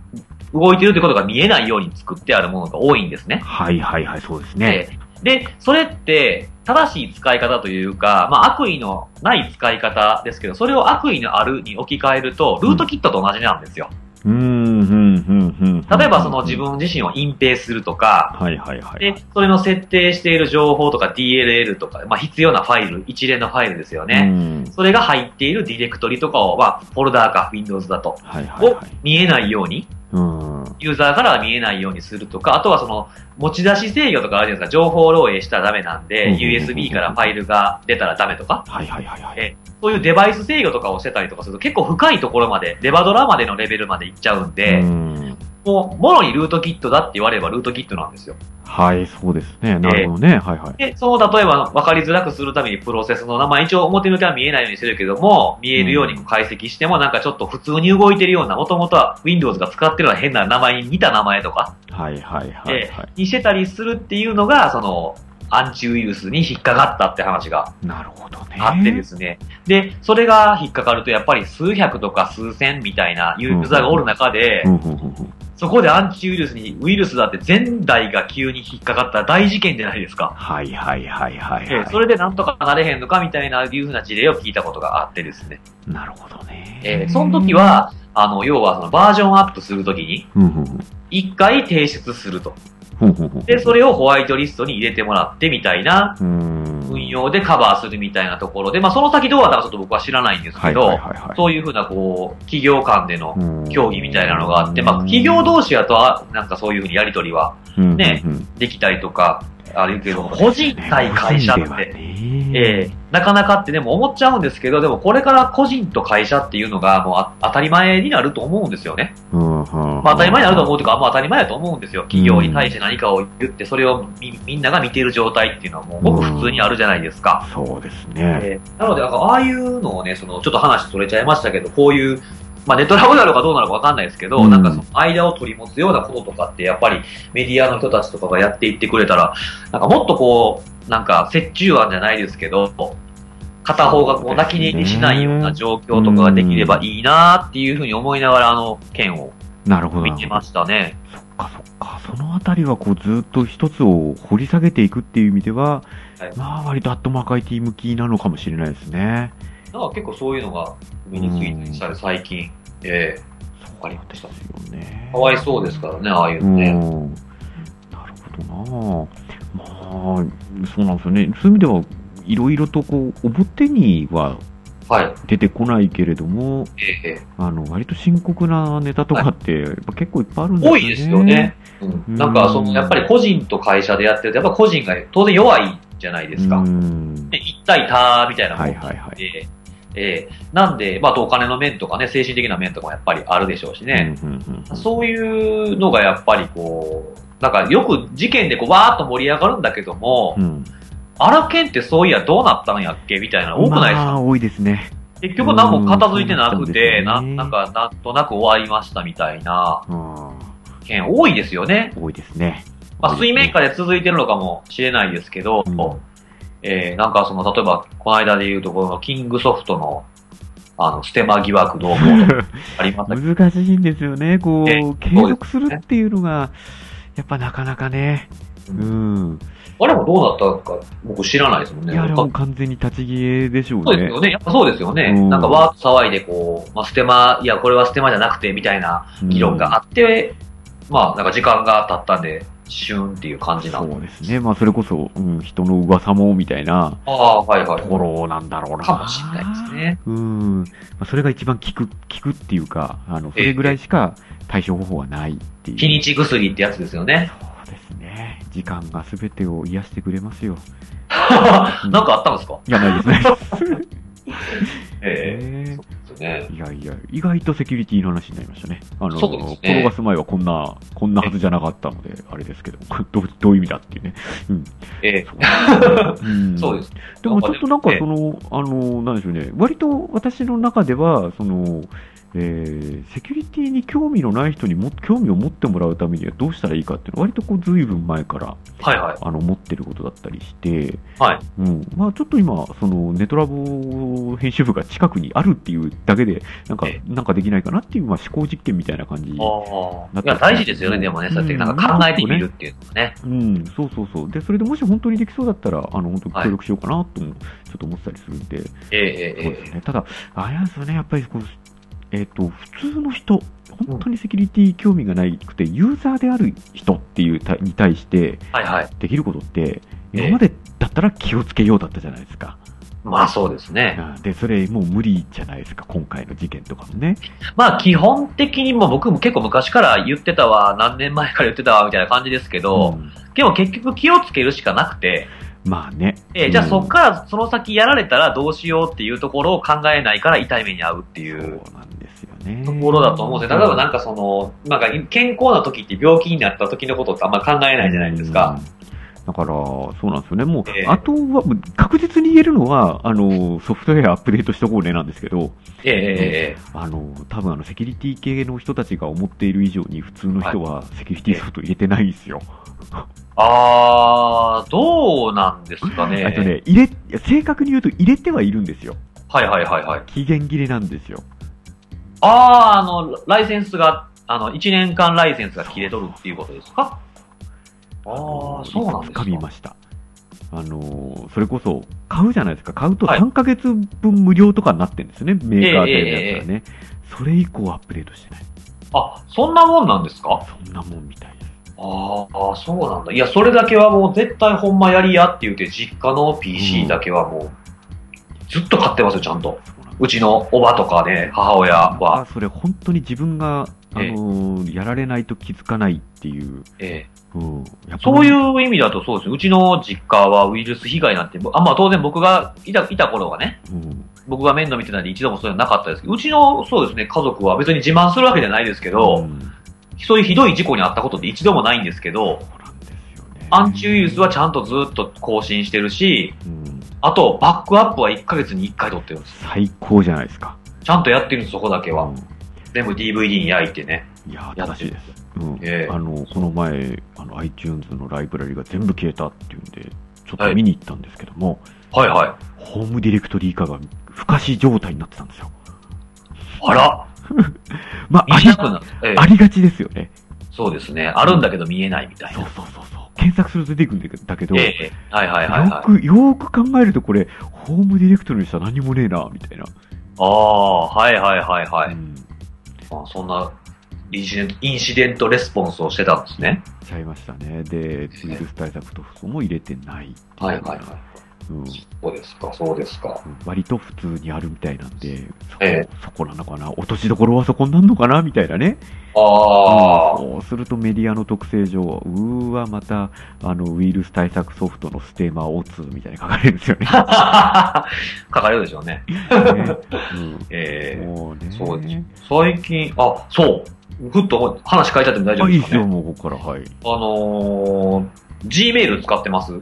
S2: 動いてるということが見えないように作ってあるものが多いんですね。
S1: はいはいはい、そうですね。
S2: で、でそれって正しい使い方というか、まあ、悪意のない使い方ですけど、それを悪意のあるに置き換えると、ルートキットと同じなんですよ。
S1: うん、うん、うん、うん。
S2: 例えばその自。分自身を隠蔽するとか、
S1: はいはいはい。
S2: で、それの設定している情報とか DLL とか、まあ、必要なファイル、一連のファイルですよ
S1: う
S2: ね。
S1: ん。
S2: それが入っているディレクトリとかを、まあ、フォルダーか Windows だと、
S1: はいはい
S2: を
S1: はい。
S2: 見えないように、
S1: うん。
S2: ユーザーからは見えないようにするとか、あとはその、持ち出し制御とかあるじゃないですか、情報漏洩したらダメなん
S1: うん
S2: で、USB からファイルが出たらダメとか、
S1: はいはいはいはい。
S2: えそういうデバイス制御とかをしてたりとかすると結構深いところまで、デバドラまでのレベルまでいっちゃうんで、
S1: うん
S2: もう、もろにルートキットだって言われればルートキットなんですよ。
S1: はい、そうですね。なるほどね。はいはい。
S2: で、その、例えば分かりづらくするためにプロセスの名前、一応表向きは見えないようにしてるけども、見えるようにこう解析しても、なんかちょっと普通に動いてるような、もともとは Windows が使ってるような変な名前に似た名前とか
S1: はいはいはいは
S2: にしてたりするっていうのが、その、アンチウイルスに引っかかったって話が
S1: い。なるほどね。
S2: あってですね。で、それが引っかかると、やっぱり数百とか数千みたいなユーザーがおる中で
S1: う、んうんうんうん。
S2: そこでアンチウイルスに、ウイルスだって全体が急に引っかかったら大事件じゃないですか。
S1: はいはいはいはい
S2: え
S1: は
S2: え
S1: い。
S2: それでなんとかなれへんのかみたいないうふうな事例を聞いたことがあってですね。
S1: なるほどね。
S2: ええその時、は、あの、要はそのバージョンアップするときに、
S1: うんうんうん
S2: 一回提出すると。
S1: ほうほうほう
S2: で、それをホワイトリストに入れてもらってみたいな
S1: うーん
S2: 運用でカバーするみたいなところで、まあ、その先どうだったかちょっと僕は知らないんです
S1: は
S2: け
S1: い
S2: ど、
S1: はいはいはい。
S2: そういうふうな、こう、企業間での
S1: うん
S2: 協議みたいなのがあって、まあ、企業同士やとは、なんかそういうふうにやりとりはね
S1: うんうんうん
S2: できたりとか、あるけど、
S1: そう
S2: 個
S1: です
S2: 人
S1: ね
S2: 対会社っ
S1: 個人
S2: て、
S1: ではね
S2: ええなかなかってでも思っちゃうんですけど、でもこれから個人と会社っていうのがもうあ当たり前になると思うんですよね。
S1: うんうんうん
S2: まあ、当たり前になると思うというか、まあ、当たり前だと思うんですよ。企業に対して何かを言って、それをみみんなが見ている状態っていうのはもうごく普通にあるじゃないですか。
S1: そうですね。
S2: えーなので、なんかああいうのをね、その、ちょっと話それちゃいましたけど、こういう、まあ、ネットラブなのかどうなのかわかんないですけど、
S1: うん
S2: なんかその間を取り持つようなこととかって、やっぱりメディアの人たちとかがやっていってくれたら、なんかもっとこう、なんか折衷案じゃないですけど、片方がこう泣き寝入りしないような状況とかができればいいなっていうふうに思いながら、あの、件を
S1: なるほどなる
S2: 見
S1: ほど。
S2: てましたね。
S1: そっかそっか。そのあたりはこうずっと一つを掘り下げていくっていう意味では、
S2: はい
S1: まあ割とアットマーク IT 向きなのかもしれないですね。
S2: なんか結構そういうのが身についてきたり、最近。え
S1: そう
S2: かりました
S1: ですよね
S2: え。かわいそうですからね、ああいう
S1: う
S2: の
S1: ん。
S2: ね。
S1: なるほどなまあ、そうなんですよね。そういう意味では、いろいろとこう、表には
S2: はい。
S1: 出てこないけれども、
S2: ええ
S1: あの、割と深刻なネタとかって、やっぱ結構いっぱいあるんですよ
S2: 多
S1: ね。
S2: いですよね。。
S1: うん
S2: なんか、その、やっぱり個人と会社でやってると、やっぱ個人が当然弱いじゃないですか。
S1: うん。
S2: で一対他みたいなもん
S1: は
S2: で、
S1: いはいはい。
S2: ええなんで、まあ、あとお金の面とかね、精神的な面とかもやっぱりあるでしょうしね。
S1: うんうんうんうん
S2: そういうのがやっぱりこう、なんかよく事件でこう、わーっと盛り上がるんだけども、
S1: うん。
S2: あらけんってそういやどうなったんやっけみたいなの多くないです
S1: ま
S2: か、
S1: あ、多いですね。
S2: 結局何も片付いてなくて、
S1: うん
S2: ななんかなんとなく終わりましたみたいな
S1: うん。
S2: 件多いですよね。
S1: 多いですね。
S2: まあ、水面下で続いてるのかもしれないですけど、
S1: うん
S2: えーなんかその、例えば、この間で言うところの、キングソフトの、あの、ステマ疑惑どうも ありましたけ
S1: 難しいんですよね。こ
S2: え
S1: う、継続するっていうのが、やっぱなかなかね。う。
S2: うんど、あれもどうだったのか、僕知らないですもん
S1: い
S2: ね。
S1: や、あれも
S2: そう
S1: 完全に立ち消えでしょう
S2: うです
S1: ね。
S2: よね。やっぱそうですよね。
S1: うん
S2: なんかわーっと騒いで、こう、まあ、ステマ、いや、これはステマじゃなくて、みたいな
S1: うん
S2: 議論があって、まあ、なんか時間が経ったんで、シューンっていう感じな。
S1: そうですね。まあ、それこそ、うん、人の噂も、みたいな
S2: ああ、はいは
S1: と
S2: い。
S1: ころなんだろうな。
S2: かもしれないですね。
S1: うん。まあ、それが一番効く、効くっていうか、あの、それぐらいしか対処方法はないっていう。
S2: 日にち薬ってやつですよ ね。
S1: そうですね。時間が全てを癒してくれますよ。
S2: なんかあったんですか
S1: いや、ないですね。 へ
S2: え
S1: ー
S2: えですね。
S1: いやいや、意外とセキュリティの話になりましたね。あの、
S2: そうですね
S1: 転がす前はこんな、こんなはずじゃなかったので、あれですけど、どうどういう意味だっていうね。
S2: ええ
S1: うん
S2: そうです。
S1: でもちょっとなんか
S2: ええ
S1: その、あの、なんでしょうね、割と私の中では、その、えーセキュリティに興味のない人にも興味を持ってもらうためにはどうしたらいいかっていうのは割とこう随分前から
S2: はいはい。
S1: あの持ってることだったりして、
S2: はい
S1: うんまあ、ちょっと今、そのネトラボ編集部が近くにあるっていうだけで、なんか
S2: え
S1: なんかできないかなっていう、まあ、思考実験みたいな感じ、
S2: あ
S1: な
S2: あ。
S1: ってま
S2: いや、
S1: すね
S2: 大事ですよね、でもね、そうやってなんか考えてみるっていうのはね。
S1: うん、そうそうそうで、それでもし本当にできそうだったら、あの本当、協力しようかなとも、ちょっと思ってたりするんで、
S2: えええ
S1: そう
S2: え
S1: で
S2: え
S1: すね、ただ、あれなんですよね、やっぱりこう、えっと普通の人、本当にセキュリティ興味がなくて、ユーザーである人っていうたに対して
S2: えはいはい。
S1: できることって、
S2: ええ
S1: 今までだったら気をつけようだったじゃないですか。
S2: まあそうですね。
S1: うんで、それもう無理じゃないですか、今回の事件とかもね。
S2: まあ基本的にもう僕も結構昔から言ってたわ、何年前から言ってたわ、みたいな感じですけど、
S1: うん
S2: でも結局気をつけるしかなくて、
S1: まあね。
S2: ええじゃあ
S1: うん
S2: そっからその先やられたらどうしようっていうところを考えないから痛い目に遭うっていう。
S1: そうなんですよね。
S2: ところだと思うんですよ。例えばなんかその、なんか健康な時って病気になった時のことってあんまり考えないじゃないですか。
S1: うん。だから、そうなんですよね。もう、
S2: ええ
S1: あとは、確実に言えるのは、あの、ソフトウェアアップデートしとこうねなんですけど、
S2: えええええ
S1: あの、多分あの、セキュリティ系の人たちが思っている以上に、普通の人はセキュリティソフト入れてないんですよ。
S2: えあー、どうなんですか ね。
S1: あとね、入れいや、正確に言うと入れてはいるんですよ。
S2: はいはいはいはい。
S1: 期限切れなんですよ。
S2: ああ、あの、ライセンスが、あの、1年間ライセンスが切れとるっていうことですかああ、そうなんですか
S1: つか。みました。あのーそれこそ、買うじゃないですか。買うと
S2: はい
S1: 3ヶ月分無料とかになってるんですね。メーカーでのやつはね。それ以降アップデートしてない。
S2: あ、そんなもんなんですか
S1: そんなもんみたいです。
S2: あーあー、そうなんだ。いや、それだけはもう絶対ほんまやりやって言うて、実家の PC だけはもう、ずっと買ってますよ、ちゃんと。うちのおばとかね、母親は。
S1: あそれ本当に自分が、あ
S2: ええ
S1: のーやられないと気づかないっていう、
S2: ええ
S1: うん、やっぱ
S2: そういう意味だとそうですね。うちの実家はウイルス被害なんて、あまあ当然僕がいたいた頃はね、
S1: うん
S2: 僕が面倒見てたんで一度もそういうのなかったですけど、うちのそうですね、家族は別に自慢するわけじゃないですけ
S1: う
S2: ど、
S1: ん
S2: そういうひどい事故に遭ったことって一度もないんですけど、
S1: そうなんですよね
S2: アンチウイルスはちゃんとずっと更新してるし、
S1: うん
S2: あとバックアップは1ヶ月に1回撮ってるんです。
S1: 最高じゃないですか。
S2: ちゃんとやってるんです、そこだけ
S1: う
S2: は。
S1: ん
S2: 全部 DVD に焼いてね。
S1: いやー、
S2: や
S1: 正
S2: って
S1: しい
S2: る
S1: です。うん
S2: ええ
S1: あのこの前あの、iTunes のライブラリが全部消えたっていうんで、ちょっ
S2: は
S1: と
S2: い
S1: 見に行ったんですけども、
S2: はいはい。
S1: ホームディレクトリー化が不可視状態になってたんですよ。
S2: あら、
S1: まあ、
S2: 見
S1: あ
S2: え
S1: り
S2: なくなった。ええ
S1: ありがちですよね。
S2: そうですね。あるんだけど見えないみたい
S1: そう
S2: な。
S1: そうそうそう。検索すると出てくるんだけど、だけど
S2: ええはいはいはいはい。
S1: よく、よーく考えるとこれ、ホームディレクトリーにしたら何もねえな、みたいな。
S2: ああ、はいはいはいは
S1: う
S2: い。
S1: ん
S2: まあ、そんなインシデント、インシデントレスポンスをしてたんですね。
S1: ちゃいましたね。で、ウイルス対策とそも入れてない。
S2: はいはいはい。
S1: うん
S2: そうですか、そうですか。
S1: 割と普通にあるみたいなんで、そこ,、
S2: え
S1: そこなのかな、落としどころはそこになるのかなみたいなね、
S2: ああ、
S1: そうするとメディアの特性上、うーわ、またあのウイルス対策ソフトのステーマーオツみたいに書かれるんですよね。
S2: 書かれるでしょうね。
S1: ね
S2: え
S1: うん、
S2: え
S1: もうね
S2: そうです最近、あ、そう。ふっと話変えちゃっても大丈夫
S1: あい
S2: で
S1: い
S2: す
S1: で
S2: か
S1: す
S2: ね。
S1: よ、もうここから、はい、
S2: あのー、Gmail 使ってます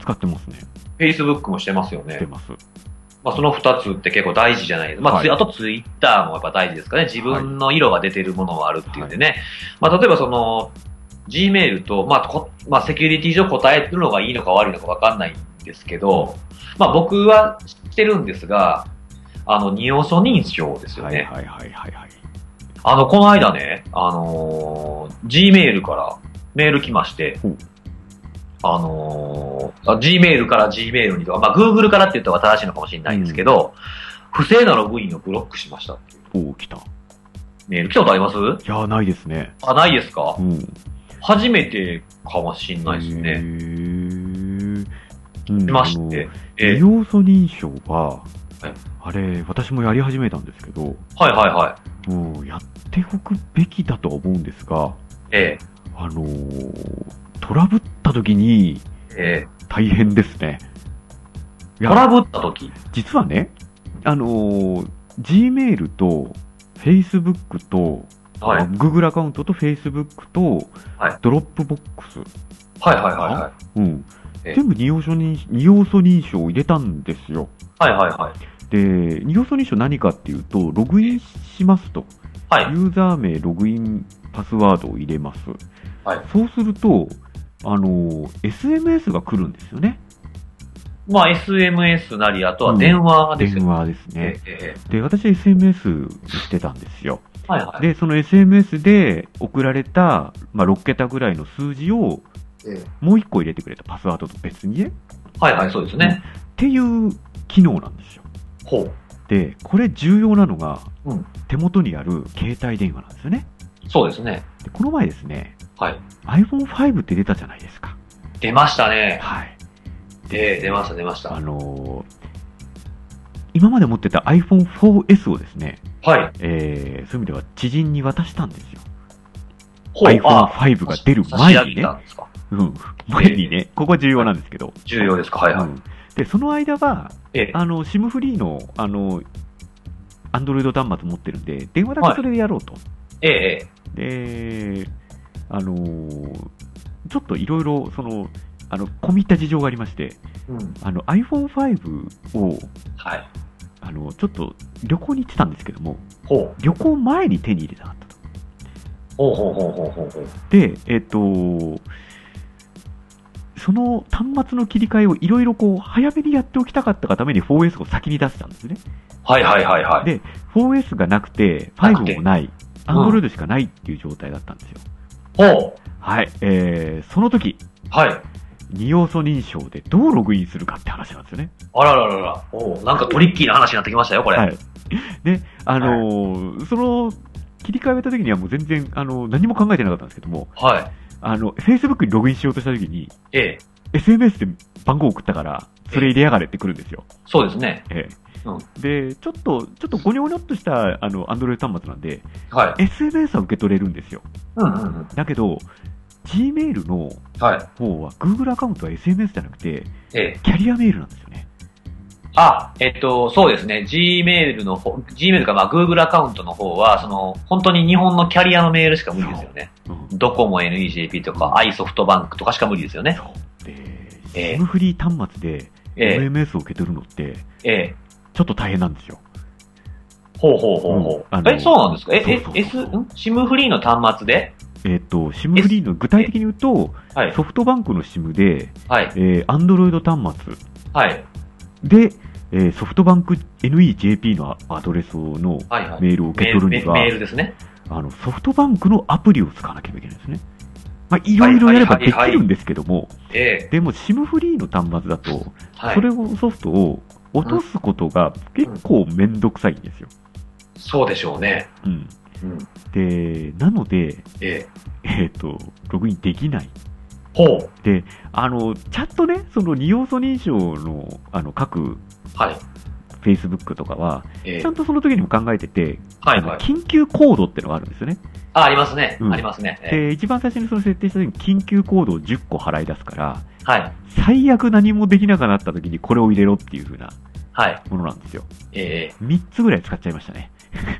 S1: 使ってますね、
S2: ?Facebook もしてますよ
S1: して
S2: ね。
S1: ます。
S2: まあ、その二つって結構大事じゃないですか。まあ、つい
S1: は
S2: あ
S1: い
S2: と Twitter もやっぱ大事ですかね。自分の色が出てるものはあるっていうんでね。まあ、例えばその、Gmail と、まあこ、まあ、セキュリティ上答えるのがいいのか悪いのかわかんないんですけど、まあ、僕は知ってるんですが、あの、二要素認証ですよ
S1: は
S2: ね。
S1: いはいはいはいはい。
S2: あの、この間ね、あのー、Gmail からメール来まして
S1: ほう、
S2: あのーあ Gmail から Gmail にとか、まあ、Google からって言ったら正しいのかもしれないんですけど、不正なログインをブロックしましたっていう
S1: おお、来た。い
S2: メール来たことあります
S1: やー、ないですね。
S2: あ、ないですか
S1: うん。
S2: 初めてかもしれないです
S1: へ
S2: ね。
S1: ー。
S2: 来
S1: 出
S2: まして、え
S1: 二
S2: ー
S1: 要素認証は
S2: はい、
S1: あれ、私もやり始めたんですけど、
S2: はいはいはい。
S1: うん、やっておくべきだとは思うんですが、
S2: え
S1: あのートラブった時に
S2: ーえ
S1: 大変ですね。い
S2: ー
S1: や
S2: トラブった時
S1: 実はね、あのー Gmail と Facebook と、
S2: はい。
S1: Google アカウントと Facebook と、
S2: はい
S1: Dropbox、
S2: はいはいはいはい。
S1: うん、
S2: ええ
S1: 全部二要素認二要素認証を入れたんですよ。
S2: はいはいはい。
S1: で、二要素認証何かっていうと、ログインしますと。
S2: はい。
S1: ユーザー名、ログイン、パスワードを入れます。
S2: はい
S1: そうすると、あの、SMS が来るんですよね。
S2: まあ、SMS なり、あと
S1: う
S2: は
S1: ん
S2: 電話ですよ
S1: 電
S2: ね。
S1: 話です
S2: え
S1: ね。
S2: ーえ
S1: で、私は SMS してたんですよ。
S2: ーはいはい。
S1: で、その SMS で送られた、まあ、6桁ぐらいの数字を、
S2: えー
S1: もう1個入れてくれた、パスワードと別にね。
S2: はいはい、そうですね。
S1: っていう機能なんですよ。
S2: ほう。
S1: で、これ重要なのが、
S2: うん
S1: 手元にある携帯電話なんですよね。
S2: そうですね。
S1: でこの前ですね、
S2: はい。
S1: iPhone5 って出たじゃないですか。
S2: 出ましたね。
S1: はい。
S2: ええ出ました、出ました。
S1: あ
S2: はい。
S1: のー今まで持ってた iPhone4S をですね、えーそういう意味では知人に渡したんですよ。
S2: ほう
S1: iPhone5 が出る前にね
S2: 差し上げた。んですか
S1: うん、前にね、ここは重要なんですけど。
S2: 重要ですかはいは
S1: う
S2: い。
S1: んで、その間は、
S2: ええ
S1: あの、SIM フリーの、あの、アンドロイド端末持ってるんで、電話だけそれでやろうと。
S2: えええ
S1: で、あのーちょっといろいろ、その、あの、込み入った事情がありまして、
S2: えうん。
S1: あの、iPhone5 を、
S2: はい。
S1: あの、ちょっと旅行に行ってたんですけども、
S2: ほう。
S1: 旅行前に手に入れたかったと。
S2: ほうほうほうほうほうほう。
S1: で、えっ、と、その端末の切り替えをいろいろこう、早めにやっておきたかったがために 4S を先に出したんですね。
S2: はいはいはいはい。
S1: で 4S がなくて、
S2: なくて
S1: 5もない、Android しかないっていう状態だったんですよ。
S2: ほう。
S1: はい。えー、その時、
S2: はい。
S1: 二要素認証でどうログインするかって話なんですよね。
S2: あらららら。おうなんかトリッキーな話になってきましたよ、これ。
S1: はい。で、あのーその、切り替えた時にはもう全然、あのー何も考えてなかったんですけども、
S2: はい。
S1: あの、Facebook にログインしようとした時に、
S2: ええ。
S1: SMS で番号送ったから、それ入れやがれってくるんですよ。
S2: そうですね。
S1: ええ
S2: うん
S1: で、ちょっと、ちょっとごにょごにょっとした、あの、アンドロイド端末なんで、
S2: はい。
S1: SMS は受け取れるんですよ。
S2: うんうんうん。
S1: だけど、Gmail の
S2: はい。
S1: 方は、Google アカウントは SMS じゃなくて、
S2: ええ。
S1: キャリアメールなんですよね。
S2: あ、えっと、そうですね。Gmail の方、Gmail か、まあ、Google アカウントの方は、その、本当に日本のキャリアのメールしか無理ですよね。
S1: うん。
S2: ドコモ NEJP とか、i ソフトバンクとかしか無理ですよね。
S1: そう。で、
S2: ええ
S1: SIM フリー端末で、
S2: え
S1: SMS を受け取るのって、
S2: え、ええ。
S1: ちょっと大変なんですよ。
S2: ほうほうほう
S1: うん
S2: ほ
S1: あ
S2: う。
S1: の
S2: え、そうなんですかえ、え
S1: そう、
S2: S、
S1: そうそうん
S2: ?SIM フリーの端末で
S1: えっ、と、SIM フリーの、具体的に言うと、
S2: はい。
S1: ソフトバンクの SIM で、
S2: はい。
S1: えー、Android 端末
S2: はい。
S1: で、えーソフトバンク NEJP のアドレスの
S2: はい。はい。
S1: メールを受け取るには
S2: メールメメールですね。
S1: あの、ソフトバンクのアプリを使わなければいけないんですね。まあ、いろいろやれば
S2: は
S1: で
S2: い
S1: き
S2: はいはいはい
S1: るんですけども、
S2: ええ。
S1: でも SIM フリーの端末だと、
S2: はい
S1: そ。れをソフトを落とすことが結構めんどくさいんですよ。
S2: そうでしょうね。
S1: うん。
S2: うん。
S1: で、なので、
S2: ええ。
S1: えっ、と、ログインできない。
S2: ほう。
S1: あの、ちゃんとね、その二要素認証の、あの、各
S2: はい。
S1: Facebook とかは、
S2: ええ
S1: ちゃ。んとその時にも考えてて、
S2: はいはい。
S1: 緊急コードってのがあるんですよね。
S2: あ、ありますね。
S1: うん
S2: ありますね。ええ
S1: で、一番最初にその設定した時に緊急コードを10個払い出すから、
S2: はい。
S1: 最悪何もできなくなった時にこれを入れろっていう風な
S2: はい。
S1: ものなんですよ。
S2: ええ。
S1: 3つぐらい使っちゃいましたね。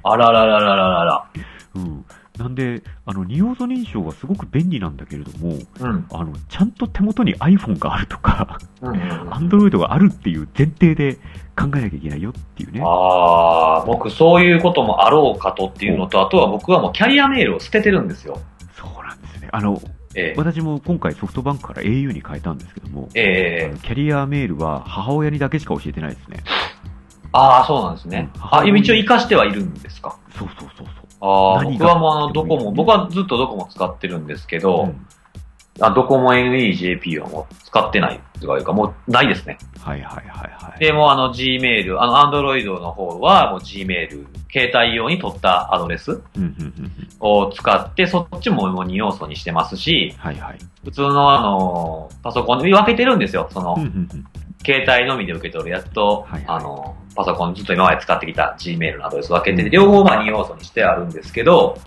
S2: あららららららら。
S1: うん。なんで、あの、二要素認証はすごく便利なんだけれども、
S2: うん。
S1: あの、ちゃんと手元に iPhone があるとか、
S2: うんうんうん
S1: Android があるっていう前提で考えなきゃいけないよっていうね。
S2: ああ、僕そういうこともあろうかとっていうのと、あとは僕はもうキャリアメールを捨ててるんですよ。
S1: そうなんですよね。あの、
S2: ええ。
S1: 私も今回ソフトバンクから au に変えたんですけども、
S2: え
S1: あ
S2: え。
S1: のキャリアメールは母親にだけしか教えてないですね。
S2: ああ、そうなんですね。
S1: うん
S2: あ、一応活かしてはいるんですか
S1: そうそうそうそう。
S2: ああ、
S1: 何
S2: 僕
S1: が
S2: はもうあの、ドコ
S1: でもい
S2: モ、
S1: い
S2: 僕はずっとドコモ使ってるんですけど、
S1: うん
S2: あドコモ NEJP はもう使ってないというか、もうないですね。
S1: はいはいはいはい。
S2: で、もうあの Gmail、あの Android の方はもう Gmail、携帯用に取ったアドレス
S1: うんうんうんうん
S2: を使って、そっちももう2要素にしてますし、
S1: はいはい。
S2: 普通のあの、パソコンに分けてるんですよ。その
S1: うん、うんうん
S2: 携帯のみで受け取るやつと、
S1: はいはい
S2: あの、パソコンずっと今まで使ってきた Gmail のアドレス分けてて、両方まあ2要素にしてあるんですけど、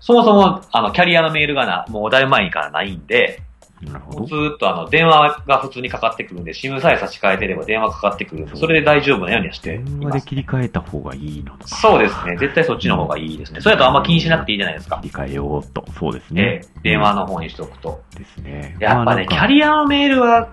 S2: そもそも、あの、キャリアのメールがな、もうだいぶ前からないんで、
S1: なるほ
S2: も
S1: ど
S2: うず。ーっとあの、電話が普通にかかってくるんで、SIM さえ差し替えてれば電話かかってくるんで、それで大丈夫なようにはしてい
S1: 電
S2: ま。
S1: 話です切り替えた方がいいのか。
S2: そうですね。絶対そっちの方がいいですね。それだとあんま気にしなくていいじゃないですか
S1: 切。り替えようと。そうです
S2: え
S1: ね
S2: え。電話の方にしておくと。
S1: ですね。
S2: やっぱね、キャリアのメールは、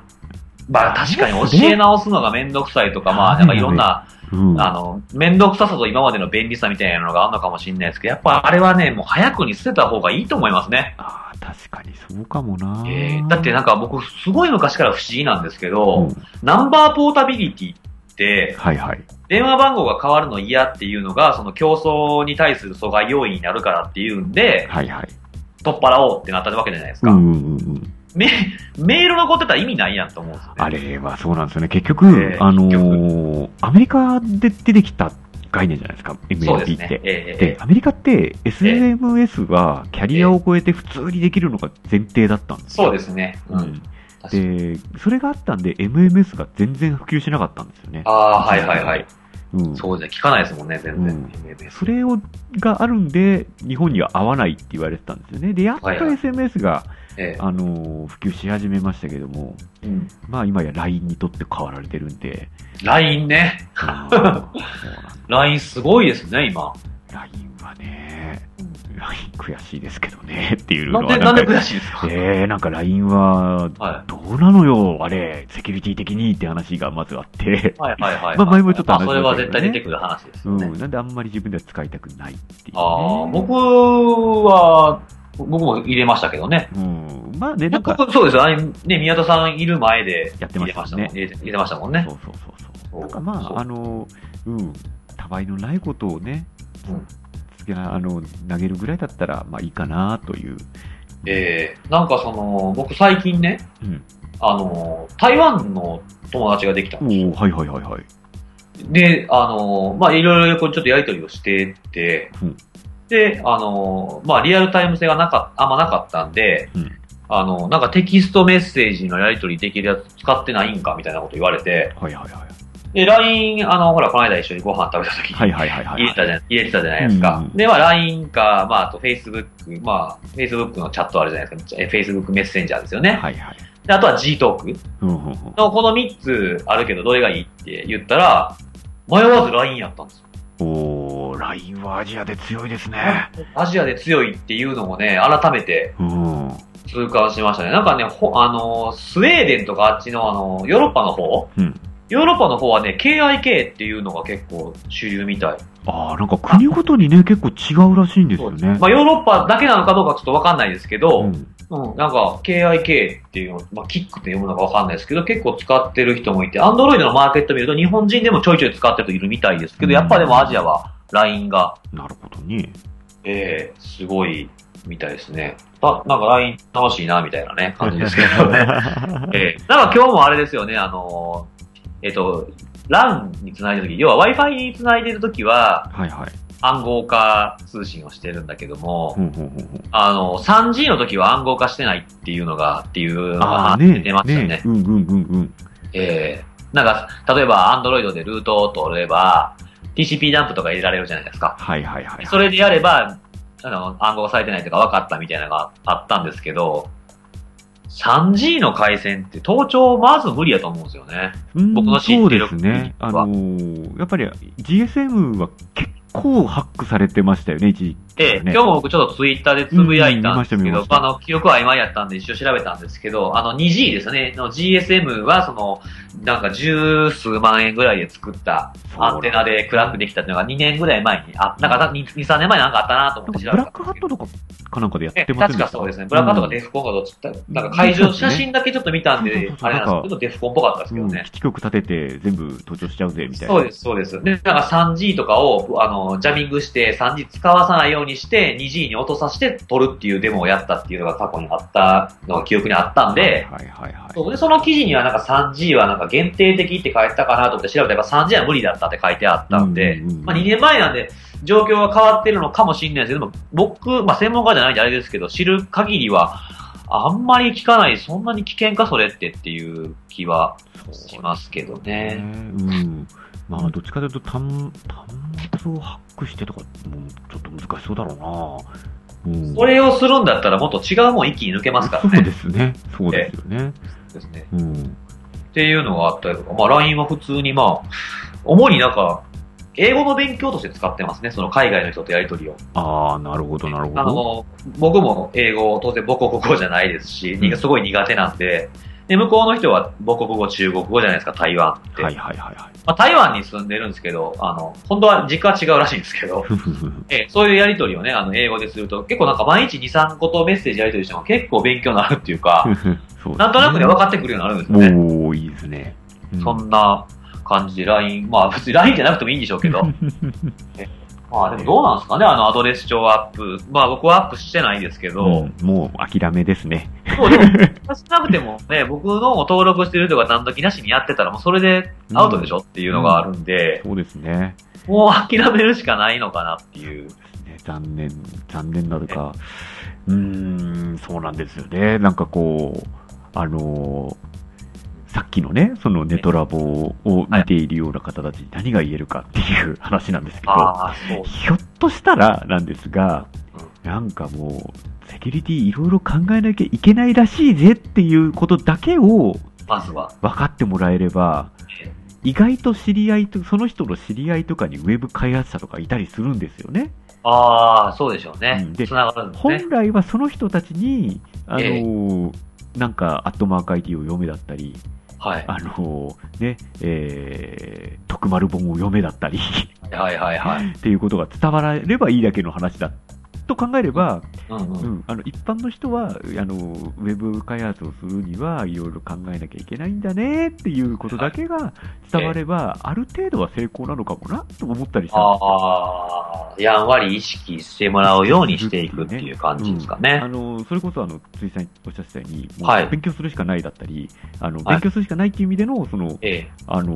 S2: まあ確かに教え直すのがめんどくさいとか、まあなんかいろんな、
S1: ア、うん
S2: あの、めんどくささと今までの便利さみたいなのがあるのかもしれないですけど、やっぱあれはね、もう早くに捨てた方がいいと思いますね。
S1: あー確かにそうかもな。
S2: えーだってなんか僕、すごい昔から不思議なんですけ
S1: う
S2: ど、
S1: ん
S2: ナンバーポータビリティって、
S1: はいはい。
S2: 電話番号が変わるの嫌っていうのが、その競争に対する阻害要因になるからっていうんで、
S1: はいはい。
S2: 取っ払おうってなったわけじゃないです
S1: う
S2: か。
S1: んうんうんうん。
S2: メメール残ってたら意味ないやんと思うんですよね。
S1: あれはそうなんですよね。結局、
S2: ええ
S1: あのーアメリカで出てきた概念じゃないですか、
S2: そうで
S1: MLP
S2: す
S1: っ
S2: ね
S1: て。。
S2: ええ
S1: で、アメリカって、SMS はキャリアを超えて普通にできるのが前提だったんですよ。
S2: そうですね。うん。確かに
S1: で、それがあったんで、MMS が全然普及しなかったんですよね。
S2: ああ、はいはいはい。
S1: うん、そ
S2: そうですね。聞かないですもんね、全
S1: うん
S2: 然。MMS
S1: れをがあるんで、日本には合わないって言われてたんですよね。で、やっと
S2: はいはい
S1: SMS が、
S2: え
S1: あのー普及し始めましたけども、
S2: えうん。
S1: まあ今や LINE にとって変わられてるんで、
S2: LINE ね。
S1: あーそうなんです
S2: LINE すごいですね、今。
S1: ラインはね
S2: う、
S1: ライン悔しいですけどね っていうの
S2: なん
S1: は
S2: で、なんで
S1: か
S2: 悔しいですか
S1: えー、なんかラインは、
S2: は
S1: どうなのよ、あれ、セキュリティ的にって話がまずあって
S2: い。、はいはいはい。
S1: まあ前もちょっと話し
S2: ま
S1: ましたけど
S2: あ
S1: ね
S2: それは絶対出てくる話です
S1: う
S2: よね。
S1: ん、なんであんまり自分では使いたくないっていう、ね。
S2: ああ、僕は、僕も入れましたけどね。
S1: うん、まあね、なんか、
S2: 僕、そうですよ。あれね、宮田さんいる前で
S1: やって
S2: 入
S1: ま
S2: れ
S1: し
S2: ましたたもん
S1: ね
S2: ね。。入れて入れてましたもんね
S1: そ。うそうそうそ
S2: そう
S1: う。なんかま
S2: そう
S1: あ、あの、うん、たわいのないことをね、
S2: うん
S1: つけなあの投げるぐらいだったら、まあいいかなという。
S2: ええなんかその、僕最近ね、
S1: うん。
S2: あの、台湾の友達ができたん
S1: お
S2: ですよ
S1: ーはいはいはいはい。
S2: で、あのーまあ、いろいろこうちょっとやりとりをしてて、
S1: うん
S2: で、あのーまあ、リアルタイム性がなかっあんまなかったんで、
S1: うん
S2: あの、なんかテキストメッセージのやり取りできるやつ使ってないんかみたいなこと言われて、
S1: はいはいはい。
S2: で、LINE、あの、ほら、この間一緒にご飯食べた時に、
S1: はいはいはいはい。
S2: 入れてたじゃん、入れてたじゃないですか
S1: う。ん
S2: で、まあ、LINE か、まあ、あと Facebook、まあ、Facebook のチャットあるじゃないですか。え Facebook メッセンジャーですよね。
S1: はいはい。
S2: で、あとは G トーク
S1: うんうんうん
S2: のこの3つあるけど、どれがいいって言ったら、迷わず LINE やったんですよ。
S1: おー、ラインはアジアで強いですね。
S2: アジアで強いっていうのもね、改めて
S1: うん。
S2: 痛感しましたね。なんかね、ほあの、スウェーデンとかあっちのあの、ヨーロッパの方、
S1: うん
S2: ヨーロッパの方はね、KIK っていうのが結構主流みたい。
S1: ああ、なんか国ごとにね、結構違うらしいんですよね。
S2: まあ、ヨーロッパだけなのかどうかちょっとわかんないですけ
S1: う
S2: ど、
S1: ん
S2: うん、なんか、KIK っていうの、まあ、キックって読むのかわかんないですけど、結構使ってる人もいて、アンドロイドのマーケット見ると日本人でもちょいちょい使ってる人いるみたいですけど、やっぱでもアジアは LINE が、
S1: なるほどね。
S2: ええすごいみたいですね。あ、なんか LINE 楽しいな、みたいなね、感じです けどね。ええなんか今日もあれですよね、あのーえっ、と、LAN につないでるとき、要は Wi-Fi につないでるときは
S1: はいはい。
S2: 暗号化通信をしてるんだけども、
S1: ほんほんほんほん
S2: あの、3G の時は暗号化してないっていうのが、っていうの
S1: あ
S2: が
S1: あ、ね
S2: 出てましたね。
S1: ねうんうんうんうん。
S2: ええなんか、例えば Android でルートを取れば、TCP ダンプとか入れられるじゃないですか。
S1: はいはいはい。
S2: それでやれば、あの、暗号化されてないとか分かったみたいなのがあったんですけど、3G の回線って盗聴まず無理やと思うんですよね。
S1: うん
S2: 僕の知ってる
S1: そうですね。あのーやっぱり GSM は結構ハックされてましたよね、一時期
S2: で、
S1: はね。
S2: 今日も僕ちょっとツイッターでつぶやいたんです
S1: うん
S2: け
S1: 見ま
S2: ど
S1: し、た見ました
S2: あの、記憶は曖昧やったんで一応調べたんですけど、あの 2G ですよね、の GSM はその、なんか十数万円ぐらいで作った
S1: そう
S2: アンテナで暗くできたっていうのが2年ぐらい前に、あ、なんか2、2 3年前なんかあったなと思
S1: なん
S2: って
S1: か
S2: 調
S1: ブラックハッ
S2: べたんですけど。
S1: トとかかなんかでやって
S2: え
S1: ません
S2: 確かそうですね。ブラックハットがデフコンかどっちか、なんか会場、写真だけちょっと見たんで、
S1: そうそうそう
S2: あれなんですけど、デフコンっぽかったですけ
S1: う
S2: ど
S1: ん、
S2: ね。
S1: 基地局立てて全部登場しちゃうぜ、みたいな。
S2: そうです、そうです。で、なんか 3G とかを、あの、ジャミングして、3G 使わさないようにして、2G に落とさせて撮るっていうデモをやったっていうのが過去にあったのが記憶にあったんで、
S1: はいはいはい
S2: そう
S1: はい。
S2: でその記事にはなんか 3G はなんか限定的って書いてたかなと思って調べたら 3G は無理だったって書いてあったんで、
S1: うんうんうん
S2: まあ、2年前なんで状況が変わってるのかもしれないですけど、でも僕、まあ、専門家じゃないんであれですけど、知る限りはあんまり聞かない、そんなに危険かそれってっていう気はしますけど
S1: ね
S2: ね。
S1: うん。まあ、どっちかというと端、端末をハックしてとか、もうちょっと難しそうだろうな。うん。
S2: それをするんだったらもっと違うもん一気に抜けますから
S1: そう
S2: ね。
S1: ですね。そうですよね。
S2: ですね
S1: うん。
S2: っていうのがあったりとか、まあ LINE は普通にまあ、主になんか、英語の勉強として使ってますね、その海外の人とやりとりを。
S1: ああ、なるほど、なるほ
S2: あ
S1: ど。
S2: の、僕も英語、当然母国語じゃないですし、にすごい苦手なんで、で、向こうの人は母国語、中国語じゃないですか、台湾って。
S1: はいはいはいはい。
S2: まあ、台湾に住んでるんですけど、あの、本当は実家は違うらしいんですけど、
S1: ふふふ
S2: えーそういうやりとりをね、あの、英語ですると、結構なんか毎日2、3個とメッセージやりとりしても結構勉強になるっていうか、
S1: そう
S2: なんとなくね、分かってくるようになるんですよね。
S1: おおいいですね。うん
S2: そんな感じで LINE、まあ別に LINE じゃなくてもいいんでしょうけ ど。まあでもどうなんですかね、あのアドレス帳アップ。まあ僕はアップしてないんですけど、
S1: うんもう諦めですね。
S2: そうでも、しなくても ね、僕のを登録してる人が何時なしにやってたらもうそれでアウトでしょっていうのがあるんで、
S1: そうですね。
S2: もう諦めるしかないのかなっていう。
S1: ね残念、残念なのか。うーん、そうなんですよね。なんかこう、あのーさっきのね、そのネトラボを見ているような方たちに何が言えるかっていう話なんですけど、
S2: ああ、そう。
S1: ひょっとしたらなんですが
S2: うん、
S1: なんかもう、セキュリティいろいろ考えなきゃいけないらしいぜっていうことだけを
S2: まずは。
S1: 分かってもらえれば、意外と知り合いと、その人の知り合いとかにウェブ開発者とかいたりするんですよね。
S2: ああ、そうでしょうね
S1: うん。で
S2: つながるんですね
S1: 本。来はその人たちに、あの
S2: え
S1: ーなんか、アットマーク IT を読めだったり、
S2: はい。
S1: あのーね、えー、徳丸本を読めだったり、
S2: はいはいはい。
S1: っていうことが伝わらればいいだけの話だ。と考えれば、
S2: うんう。
S1: うんん、あの一般の人はあのウェブ開発をするにはいろいろ考えなきゃいけないんだねっていうことだけが伝われば、ある程度は成功なのかもなと思ったりしたんですよ
S2: ああ、やんわり意識してもらうようにしていくっていう感じですか
S1: あ
S2: ね。
S1: のそれこそあの辻さんおっしゃってたように、もう
S2: はい
S1: 勉強するしかないだったり、あの
S2: はい
S1: 勉強するしかないっていう意味での、その
S2: ええ。
S1: あの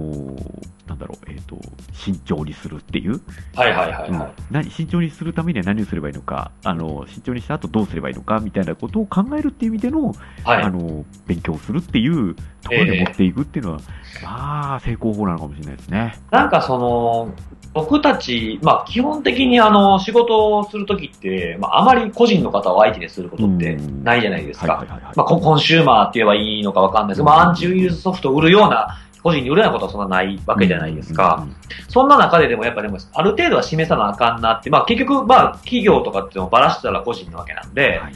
S1: なんだろう、えーと、慎重にするっていう、
S2: はいはいはい
S1: うん
S2: はい。
S1: 何、慎重にするためには何をすればいいのか、か、あの、慎重にした後どうすればいいのかみたいなことを考えるっていう意味での、
S2: はい。
S1: あの、勉強するっていうところ
S2: ええ
S1: で持っていくっていうのは、まあ、成功法なのかもしれないですね。
S2: なんかその、僕たち、まあ基本的にあの、仕事をするときって、まああまり個人の方を相手にすることって
S1: うん
S2: ないじゃないですか。
S1: いはいはい
S2: まあココンシューマーって言えばいいのかわかんないですけど、まあアンチウイルスソフトを売るような、個人に売るようなことはそんなないわけじゃないですか。。そんな中ででもやっぱでも、ある程度は示さなあかんなって、まあ結局、まあ企業とかっていうのをばらしたら個人なわけなん
S1: うん
S2: で、
S1: はいはいはい。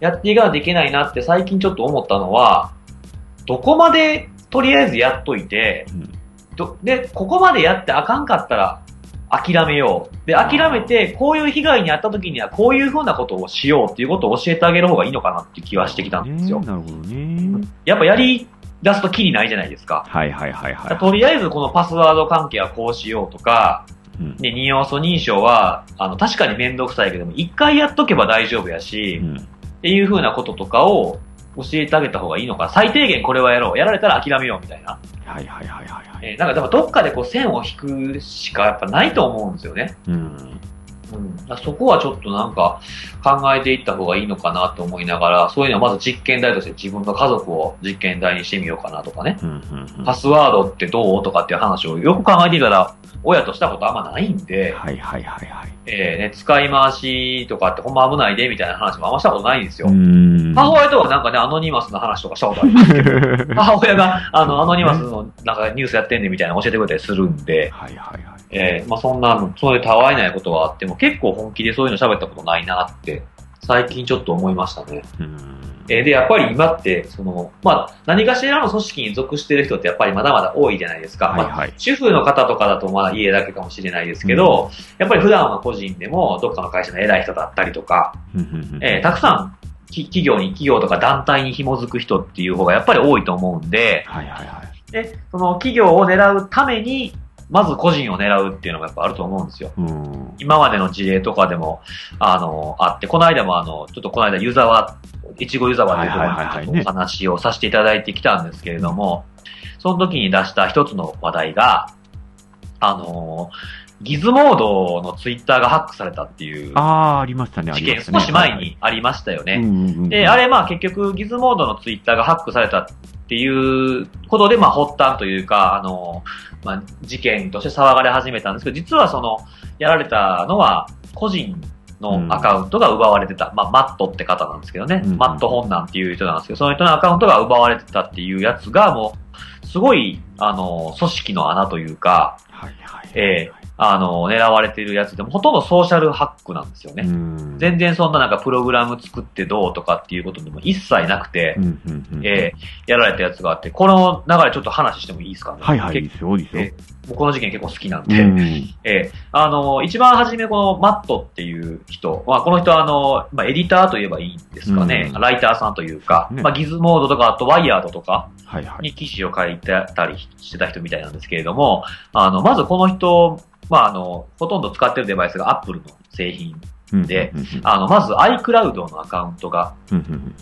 S2: やっていかなきゃいけないなって最近ちょっと思ったのは、どこまでとりあえずやっといて、
S1: うん
S2: どで、ここまでやってあかんかったら諦めよう。で、諦めて、こういう被害に遭った時にはこういうふうなことをしようっていうことを教えてあげる方がいいのかなっていう気はしてきたんですよ
S1: ね。なるほどね。
S2: やっぱやり出すとキリないじゃないですか。
S1: はいはいはいはい。
S2: とりあえずこのパスワード関係はこうしようとか、
S1: うん
S2: で、二要素認証は、あの、確かにめんどくさいけども、一回やっとけば大丈夫やし、
S1: うん
S2: っていう風なこととかを教えてあげた方がいいのか、最低限これはやろう、やられたら諦めようみたいな。
S1: はいはいはいはいはい。
S2: えーなんかでもどっかでこう線を引くしかやっぱないと思うんですよね。
S1: うん。
S2: うん、だからそこはちょっとなんか考えていった方がいいのかなと思いながら、そういうのはまず実験台として自分の家族を実験台にしてみようかなとかね。
S1: うんうんうん。
S2: パ
S1: は
S2: スワードってどうとかっていう話をよく考えていたら、親としたことあんまないんで
S1: い、はいはいはい。
S2: えーね、使い回しとかってほんま危ないでみたいな話もあんましたことないんですよ。
S1: ん
S2: 母親とはなんかね、アノニマスの話とかしたことあり ますけど、母親が、あの、アノニマスのなんかニュースやってんねんみたいなの教えてくれたりするんで、
S1: はいはいはい。
S2: えーまあそんなの、そういうたわいないことはあっても、結構本気でそういうの喋ったことないなって、最近ちょっと思いましたね。
S1: うん
S2: えーで、やっぱり今って、その、まあ、何かしらの組織に属してる人ってやっぱりまだまだ多いじゃないですか。
S1: はい
S2: まあ
S1: はい。
S2: 主婦の方とかだとまあ家だけかもしれないですけど、やっぱり普段は個人でもどっかの会社の偉い人だったりとか、
S1: うんうんうん
S2: えーたくさんき企業に、企業とか団体に紐づく人っていう方がやっぱり多いと思うんで、
S1: はいはいはい。
S2: で、その企業を狙うために、まず個人を狙うっていうのがやっぱあると思うんですよ。
S1: うん。
S2: 今までの事例とかでも、あの、あって、この間もあの、ちょっとこの間湯沢、いちご湯沢というとこ
S1: はいはいはいはい
S2: ろにちょっとお話をさせていただいてきたんですけれども、その時に出した一つの話題が、あの、ギズモードのツイッターがハックされたっていう
S1: ああ、ありましたね、あ
S2: 事
S1: り
S2: 件、
S1: ましたね。
S2: 少し前にありましたよね。
S1: はいはい。うんうんうん
S2: で、あれ、まあ結局、ギズモードのツイッターがハックされたっていうことで、まあ発端というか、あの、まあ事件として騒がれ始めたんですけど、実はその、やられたのは、個人のアカウントが奪われてた。まあ、マットって方なんですけどね。
S1: うん
S2: マット本なんていう人なんですけど、その人のアカウントが奪われてたっていうやつが、もう、すごい、あの、組織の穴というか、
S1: はいはい。
S2: えあの、狙われてるやつでも、ほとんどソーシャルハックなんですよね。
S1: うん
S2: 全然そんななんかプログラム作ってどうとかっていうことでも一切なくて
S1: う、んうんうん。
S2: えーやられたやつがあって、この流れちょっと話してもいいですかね。
S1: はいはい、いい
S2: 結
S1: ですよ、いいですよ
S2: え。僕この事件結構好きなん
S1: う
S2: で、
S1: ん。
S2: えーあのー一番初めこのマットっていう人、まあ、この人はあのーまあ、エディターといえばいいんですかね、
S1: うん
S2: ライターさんというか、
S1: ね
S2: まあ、ギズモードとか、あとワイヤードとか
S1: はいはい。
S2: に記事を書いてたりしてた人みたいなんですけれども、あの、まずこの人、まあ、あの、ほとんど使ってるデバイスがアップルの製品
S1: うん
S2: で、
S1: うんうん
S2: あの、まず iCloud のアカウントが
S1: うん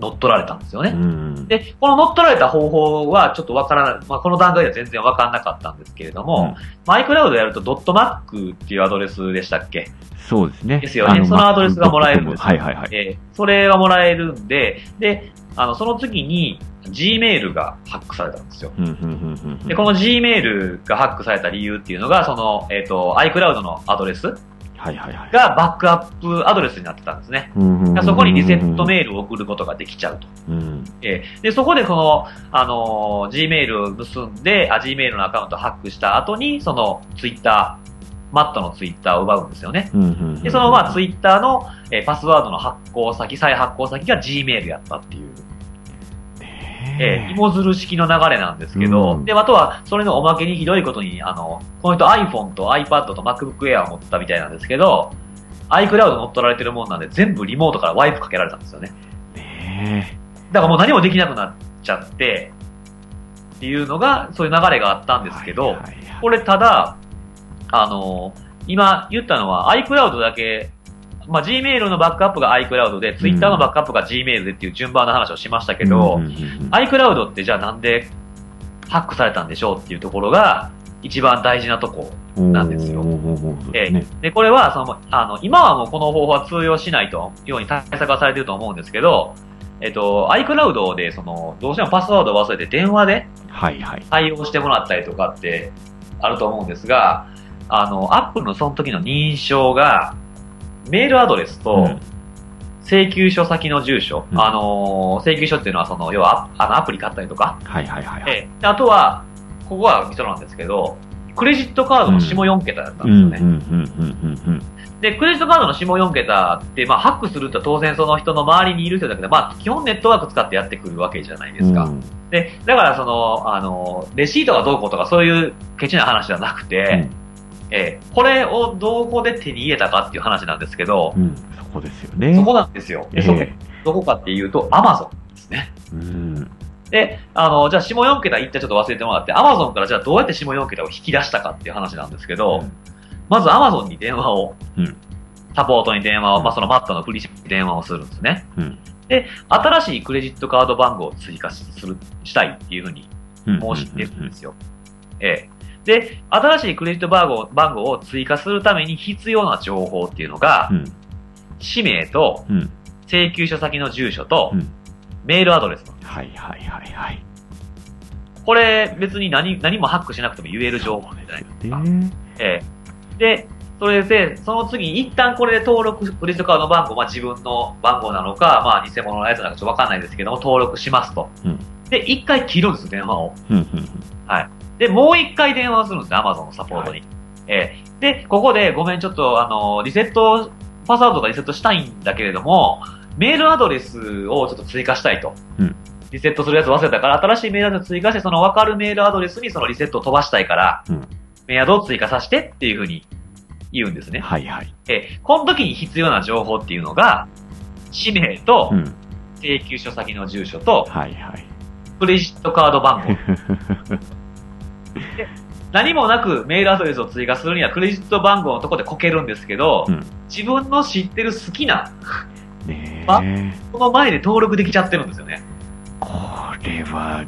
S2: 乗っ取られたんですよ
S1: う
S2: ね。
S1: んうん。
S2: で、この乗っ取られた方法はちょっとわからない、まあ、この段階では全然わからなかったんですけれども、まあ iCloud やると .mac っていうアドレスでしたっけ
S1: そうですね。
S2: ですよね
S1: あ
S2: そのアドレスがもらえるんですよ
S1: はいはいはい。
S2: えーそれはもらえるんで、で、あの、その次に Gmail がハックされたんですよ。
S1: うんうんうんうん。
S2: で、この Gmail がハックされた理由っていうのが、その、えっ、と、iCloud のアドレス
S1: はいはいはい。
S2: がバックアップアドレスになってたんですね。だからそこにリセットメールを送ることができちゃうと。
S1: ール。うん。
S2: えーで、そこでこの、あのー Gmail を結んで、あ Gmail のアカウントをハックした後に、その Twitter、マットの Twitter を奪うんですよね。
S1: うんうんうんうん
S2: で、そのまあ Twitter の、えーパスワードの発行先、再発行先が Gmail やったっていう、えー、
S1: ね
S2: 芋づる式の流れなんですけど、
S1: うん
S2: で、あとは、それのおまけにひどいことに、あの、この人 iPhone と iPad と MacBook Air を持ってたみたいなんですけど、iCloud 乗っ取られてるもんなんで、全部リモートからワイプかけられたんですよね。
S1: えね
S2: だからもう何もできなくなっちゃって、っていうのが、そういう流れがあったん
S1: え
S2: ですけど、
S1: はいはいはい
S2: これただ、あの今言ったのは iCloud だけ、まあ、Gmail のバックアップが iCloud で、Twitter のバックアップが Gmail でっていう順番の話をしましたけど、
S1: うんうんうん
S2: iCloud ってじゃあなんでハックされたんでしょうっていうところが、一番大事なとこ。なんですよ
S1: おーおーおーそうですね。
S2: で、これは、その、あの、今はもうこの方法は通用しないと、ように対策はされてると思うんですけど、えっと、iCloud で、その、どうしてもパスワードを忘れて電話で
S1: はいはい。
S2: 対応してもらったりとかってあると思うんですが、あの、Apple のその時の認証が、メールアドレスと
S1: うん
S2: 請求書先の住所、
S1: うん
S2: あの、請求書っていうのは、その、要はア、あの、アプリ買ったりとか、
S1: はいはいはいはい。
S2: ええ、あとは、ここは人なんですけど、クレジットカードの下4桁だったん
S1: う
S2: ですよ
S1: んうん
S2: ね。
S1: うんうんうん
S2: で、クレジットカードの下4桁って、まあ、ハックすると当然その人の周りにいる人だけど、まあ、基本ネットワーク使ってやってくるわけじゃないで
S1: うん。
S2: すか。
S1: うん
S2: で、だからその、あの、レシートがどうこうとかそういうケチな話じゃなくて、えーこれをどこで手に入れたかっていう話なんですけど
S1: う、んうんそこですよね。
S2: そこなんですよ。
S1: え
S2: で、そこどこかっていうと、アマゾンですね。
S1: えうん。
S2: で、あの、じゃあ下4桁一旦ちょっと忘れてもらって、アマゾンからじゃあどうやって下4桁を引き出したかっていう話なんですけど、まずアマゾンに電話を、
S1: うん
S2: サポートに電話
S1: う
S2: を、
S1: ん
S2: まあ、そのマットのフリーに電話をするんですね。
S1: うん
S2: 新しいクレジットカード番号を追加しするしたいっていうふうに
S1: うん。
S2: 申し出るんですよ。ええ。で、新しいクレジット番号番号を追加するために必要な情報っていうのが
S1: う、ん。
S2: 氏名と
S1: うん。
S2: 請求書先の住所と
S1: うん、
S2: メールアドレスの。
S1: はいはいはいはい。
S2: これ別に何何もハックしなくても言える情報じゃないですか。
S1: ね
S2: ええ。で、それで、その次に一旦これで登録、クレジットカードの番号、まあ自分の番号なのか、まあ偽物のやつなのかちょっとわかんないですけども、登録しますと。
S1: うん
S2: で、一回切るんです、電話を。
S1: うんうん
S2: で、もう一回電話をするんですね、アマゾンのサポートに。ええで、ここで、ごめん、ちょっと、あの、リセット、パスワードがリセットしたいんだけれども、メールアドレスをちょっと追加したいと。
S1: うん
S2: リセットするやつ忘れたから、新しいメールアドレス追加して、その分かるメールアドレスにそのリセットを飛ばしたいから、
S1: うん
S2: メアドを追加させてっていうふうに言うんです
S1: うん。
S2: ね。
S1: はいはい。
S2: ええこの時に必要な情報っていうのが、氏名と
S1: うん。
S2: 請求書先の住所と、
S1: はいはい。
S2: クレジットカード 番号。で何もなくメールアドレスを追加するにはクレジット番号のところでこけるんですけど、
S1: うん
S2: 自分の知ってる好きな、
S1: ね
S2: あ
S1: え。
S2: この前で登録できちゃってるんですよね。
S1: これは、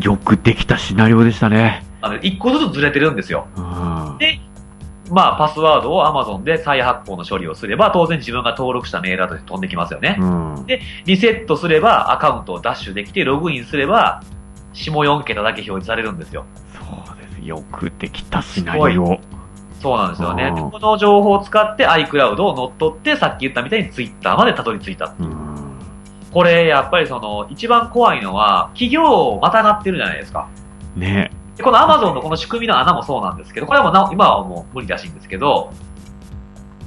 S1: よくできたシナリオでしたね。
S2: あの、一個ずつずれてるんですよ。
S1: うん。
S2: まあ、パスワードを Amazon で再発行の処理をすれば、当然自分が登録したメールアドレスに飛んできますよね。
S1: うん。
S2: リセットすればアカウントをダッシュできて、ログインすれば、下4桁だけ表示されるんですよ。
S1: そうです。よくできたシナリオ。
S2: そうなんですよね。
S1: うん
S2: でこの情報を使って iCloud を乗っ取って、さっき言ったみたいに Twitter までたどり着いた。
S1: うん。
S2: これ、やっぱりその、一番怖いのは、企業をまたがってるじゃないですか。
S1: ね
S2: でこの Amazon のこの仕組みの穴もそうなんですけど、これはもうな今はもう無理らしいんですけど、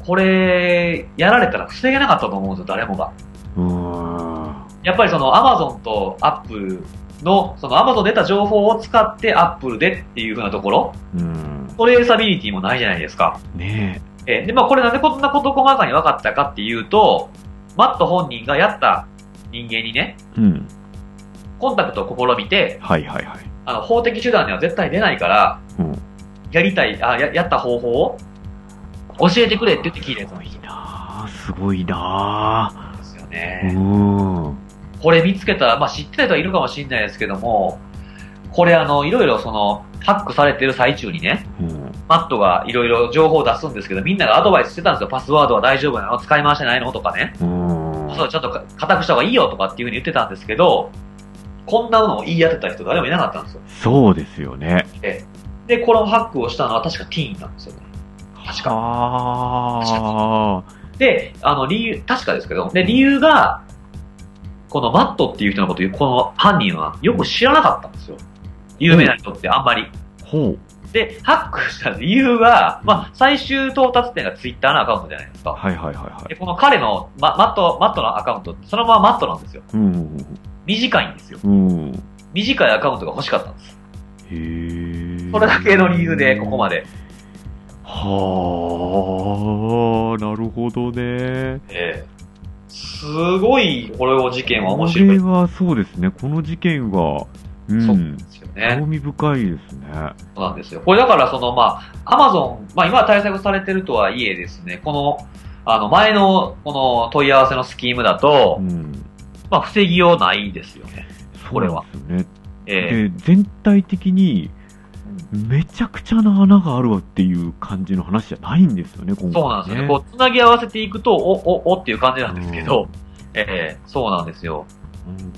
S2: これ、やられたら防げなかったと思うんですよ、誰もが。
S1: うん。
S2: やっぱりその Amazon と Apple の、その Amazon で得た情報を使って Apple でっていう風なところ、
S1: うん。
S2: トレーサビリティもないじゃないですか。
S1: ね
S2: えーで、まあ、これなんでこんなこと細かに分かったかっていうと、マット本人がやった人間にね、
S1: え。うん。
S2: コンタクトを試みて、
S1: はいはいはい。
S2: あの、法的手段には絶対出ないから、
S1: うん
S2: やりたい、あ、や、やった方法を教えてくれって言って聞いたやつ
S1: す
S2: も
S1: ご
S2: い
S1: いなあすごいなあ
S2: たんですよ
S1: う
S2: ね。
S1: ん。
S2: これ見つけた、まあ、知ってた人はいるかもしれないですけども、これあの、いろいろその、ハックされてる最中にね、
S1: うん。
S2: マットがいろいろ情報を出すんですけど、みんながアドバイスしてたんですよ。パスワードは大丈夫なの使い回してないのとかね。
S1: うん。
S2: そう、ちょっとか固くした方がいいよとかっていうふうに言ってたんですけど、こんなのを言い当てた人誰もいなかったんですよ。
S1: そうですよね。
S2: で、このハックをしたのは確かティーンなんですよね。確か。
S1: ああ。
S2: で、あの、理由、確かですけど、で、理由が、このマットっていう人のことを、この犯人はよく知らなかったんですよ。有名な人ってあんまり。
S1: ほう。
S2: で、ハックした理由は、まあ、最終到達点がツイッターのアカウントじゃないですか。
S1: はいはいはいは
S2: で、
S1: い。
S2: この彼の、ま、マット、マットのアカウントってそのままマットなんですよ。
S1: うん。
S2: 短いんですよ。
S1: うん。
S2: 短いアカウントが欲しかったんです。
S1: へえ。
S2: それだけの理由で、ここま。で。
S1: はあ、なるほどね。
S2: ええすごい、これを事件は面
S1: こ
S2: 白い
S1: れ
S2: で
S1: はそうですね。この事件は、うん。
S2: そうすよね
S1: 興。味深いですね。
S2: そうなんですよ。これだから、その、まあ、アマゾン、まあ、今は対策されてるとはいえですね、この、あの、前の、この問い合わせのスキームだと
S1: う、ん。
S2: まあ、防ぎようないですよね。
S1: そ
S2: こ
S1: う
S2: れ
S1: な
S2: は
S1: んですよね。
S2: ええ
S1: で、全体的に、めちゃくちゃな穴があるわっていう感じの話じゃないんですよね、今回、ね。
S2: そうなんですよね。こう、つなぎ合わせていくと、お、お、おっていう感じなんですけど、ええそうなんですよ。
S1: なんか、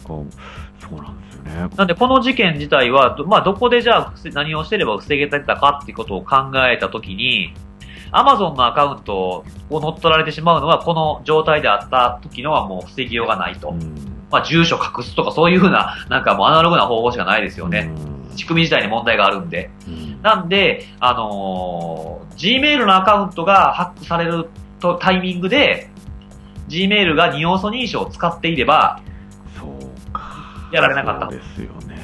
S1: そうなんですよね。
S2: なんで、この事件自体は、どまあ、どこでじゃあ、防何をしてれば防げてたかっていうことを考えたときに、アマゾンのアカウントを乗っ取られてしまうのは、この状態であった時のはもう防ぎようがないと。
S1: うん
S2: まあ、住所隠すとかそういうふうな、 なんかもうアナログな方法しかないですよね。仕組み自体に問題があるんで。
S1: うん
S2: なんで、あのー Gmail のアカウントがハックされるとタイミングで、Gmail が二要素認証を使っていれば、
S1: そうか。
S2: やられなかった
S1: そうですよね。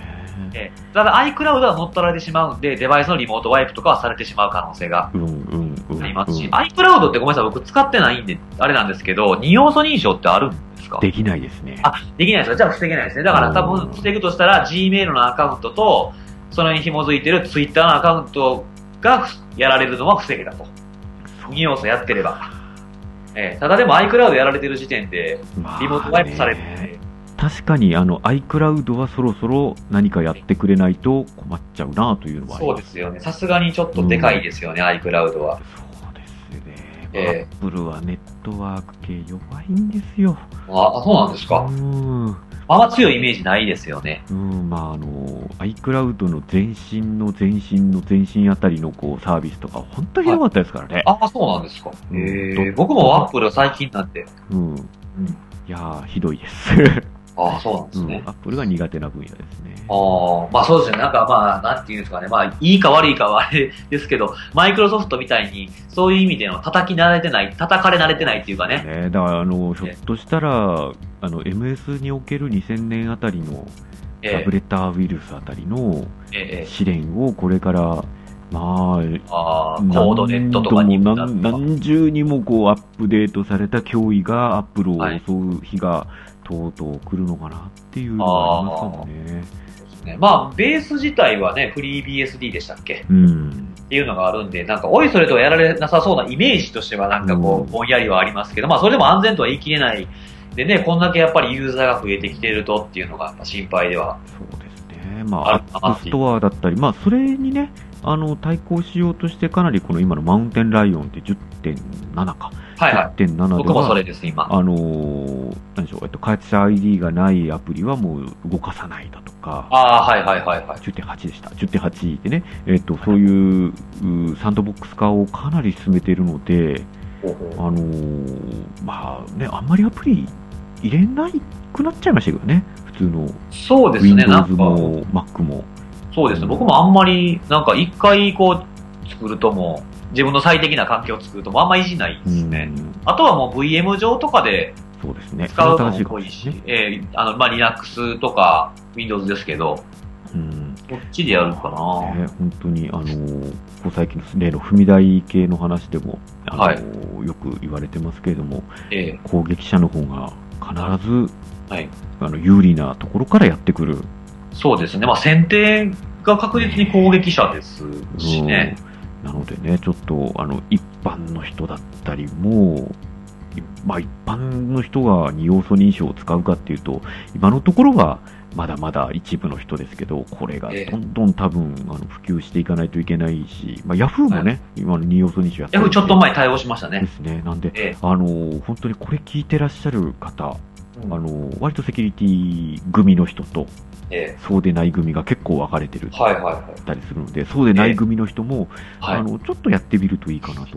S2: えーただ iCloud は乗っ取られてしまうんで、デバイスのリモートワイプとかはされてしまう可能性が
S1: うんうんうん。
S2: ありますし、iCloud ってごめんなさい、僕使ってないんで、あれなんですけど、二要素認証ってあるんですか
S1: できないですね。
S2: あできないですかじゃあ防げないですね。だから多
S1: うん
S2: 分防ぐとしたら Gmail のアカウントと、それに紐づいてる Twitter のアカウントがやられるのは防げたと。2要素やってれば。ええただでも iCloud やられてる時点で、
S1: まあね
S2: リモートワイプされるんで、
S1: 確かにあの iCloud はそろそろ何かやってくれないと困っちゃうなというのはあり
S2: そう
S1: ま
S2: ですすよね。さすがにちょっとでかいですよね、iCloud は。
S1: そうですね。
S2: ええ
S1: アップルはネットワーク系弱いんですよ。
S2: あ、あそうなんです
S1: う
S2: か。
S1: ん。
S2: あんま強いイメージないですよね。
S1: うん、まあ、あの、iCloud の前身の前身の前身あたりのこうサービスとか、本当にひどかったですからね。
S2: あ、そうなんですか。
S1: うん
S2: ええ僕も Apple 最近なんて。
S1: うん。
S2: うん
S1: いやー、ひどいです。
S2: あ、そうなんで
S1: う
S2: す
S1: ん。
S2: ね。
S1: Apple が苦手な分野ですね。
S2: ああ、まあそうですね。なんかまあ、なんていうんですかね。まあ、いいか悪いかはあれですけど、マイクロソフトみたいに、そういう意味での叩き慣れてない、叩かれ慣れてないっていうかね。
S1: ね、だからあの、ひょっとしたら、あの、MS における2000年あたりのタ
S2: え
S1: ブレッターウイルスあたりの
S2: えええ
S1: 試練をこれから、まあ、
S2: ああ、コードネットとかに
S1: 何度も何何重にもこうアップデートされた脅威がアップルを
S2: はい
S1: 襲う日がとうとう来るのかなっていうのはありますかもね。
S2: まあ、ベース自体はね、フリー BSD でしたっけ
S1: うん。
S2: っていうのがあるんで、なんか、おいそれとはやられなさそうなイメージとしては、なんか
S1: うん
S2: こう、ぼんやりはありますけど、まあ、それでも安全とは言い切れない。でね、こんだけやっぱりユーザーが増えてきてるとっていうのがやっぱ心配では。
S1: そうですね。まあ、
S2: あ
S1: アップストアだったり、まあ、それにね、あの、対抗しようとしてかなりこの今のマウンテンライオンって10.7か。
S2: はいはい。
S1: 10.7では
S2: 僕もそれです、今。
S1: あのー、何でしょう、えっと、会社 ID がないアプリはもう動かさないだとか、
S2: ああ、はいはいはいはい。
S1: 10.8でした。10.8でね、えっと、そういう、うサンドボックス化をかなり進めているので、
S2: ほうほう
S1: あのーまあね、あんまりアプリ入れないくなっちゃいましたけどね、普通の
S2: そうですね、なん
S1: Windows
S2: か、
S1: も Mac も。
S2: そうですね、僕もあんまり、なんか一回こう、作るともう、自分の最適な環境を作るともうあんまいじないですね。
S1: うん
S2: あとはもう VM 上とかで
S1: そうですね。
S2: 使
S1: そ
S2: う
S1: れ
S2: の
S1: は正しい
S2: も
S1: か
S2: 多
S1: も
S2: い
S1: しれな
S2: し
S1: いね。、
S2: えー、あの、まあ、Linux とか Windows ですけど、
S1: うん
S2: こっちでやるかな。
S1: ね、本当に、あのーこう最近の例の踏み台系の話でも、あのーよく言われてますけれども、
S2: え
S1: 攻撃者の方が必ず、
S2: はい
S1: あの有利なところからやってくる、
S2: ーそうですね、まあ、先手が確実に攻撃者ですしね。
S1: うんなのでね、ちょっとあの一般の人だったりも、いまあ、一般の人が二要素認証を使うかっていうと、今のところはまだまだ一部の人ですけど、これが
S2: ええ
S1: どんどん多分あの普及していかないといけないし、まあ、ヤフーもね、今の二要素認証やって
S2: や
S1: るんで
S2: っぱりちょっと前に対応しました
S1: で
S2: ね。
S1: すね、なんで、
S2: え
S1: あの本当にこれ聞いてらっしゃる方、
S2: うん
S1: あの割とセキュリティ組の人と、
S2: え
S1: そうでない組が結構分かれてる
S2: ーはいはいはい。
S1: ったりするので、そうでない組の人も、
S2: はい
S1: あのちょっとやってみるといいかなと、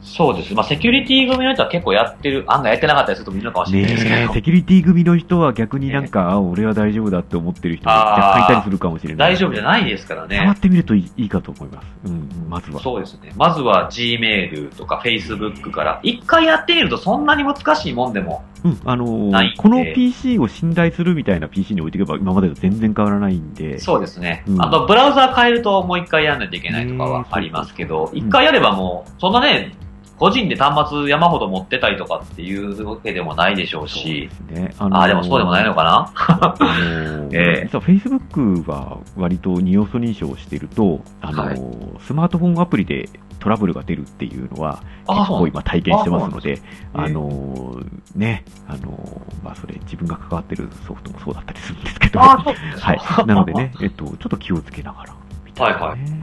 S2: そうです。まあ、セキュリティ組の人は結構やってる、案外やってなかったりするともいるのかもしれないですけど、
S1: ねえセキュリティ組の人は逆になんか、あ俺は大丈夫だって思ってる人も若干いたりするかもしれない。
S2: 大丈夫じゃないですから
S1: 触っ
S2: ね。
S1: てみるといいいいかと思います、うん、まずは。
S2: そうですね。まずは Gmail とか Facebook から、一回やってみるとそんなに難しいもんでも、
S1: うんあのー
S2: ないんで
S1: この PC を信頼するみたいな PC に置いていけば、今までと全然変わらないんで、
S2: そうですね。
S1: うん
S2: あと、ブラウザー変えるともう一回やらないといけないとかはありますけど、
S1: うん
S2: 一回やればもう、そんなね、個人で端末山ほど持ってたりとかっていうわけでもないでしょう
S1: そうで
S2: し、
S1: すね。あ
S2: ああ、でもそうでもないのかな
S1: あのー
S2: ええ
S1: 実は Facebook は割と二要素認証をしていると、あのースマートフォンアプリでトラブルが出るっていうのは
S2: あ
S1: 結
S2: あ、そ
S1: 構
S2: う。
S1: 今体験してますので、あ
S2: あそうなんですね
S1: のーね、あのーまあ、それ自分が関わってるソフトもそうだったりするんですけど、
S2: あ
S1: は
S2: あ、そうですか。
S1: い、なのでね、えっと、ちょっと気をつけながらみたいな、ね
S2: はい
S1: うん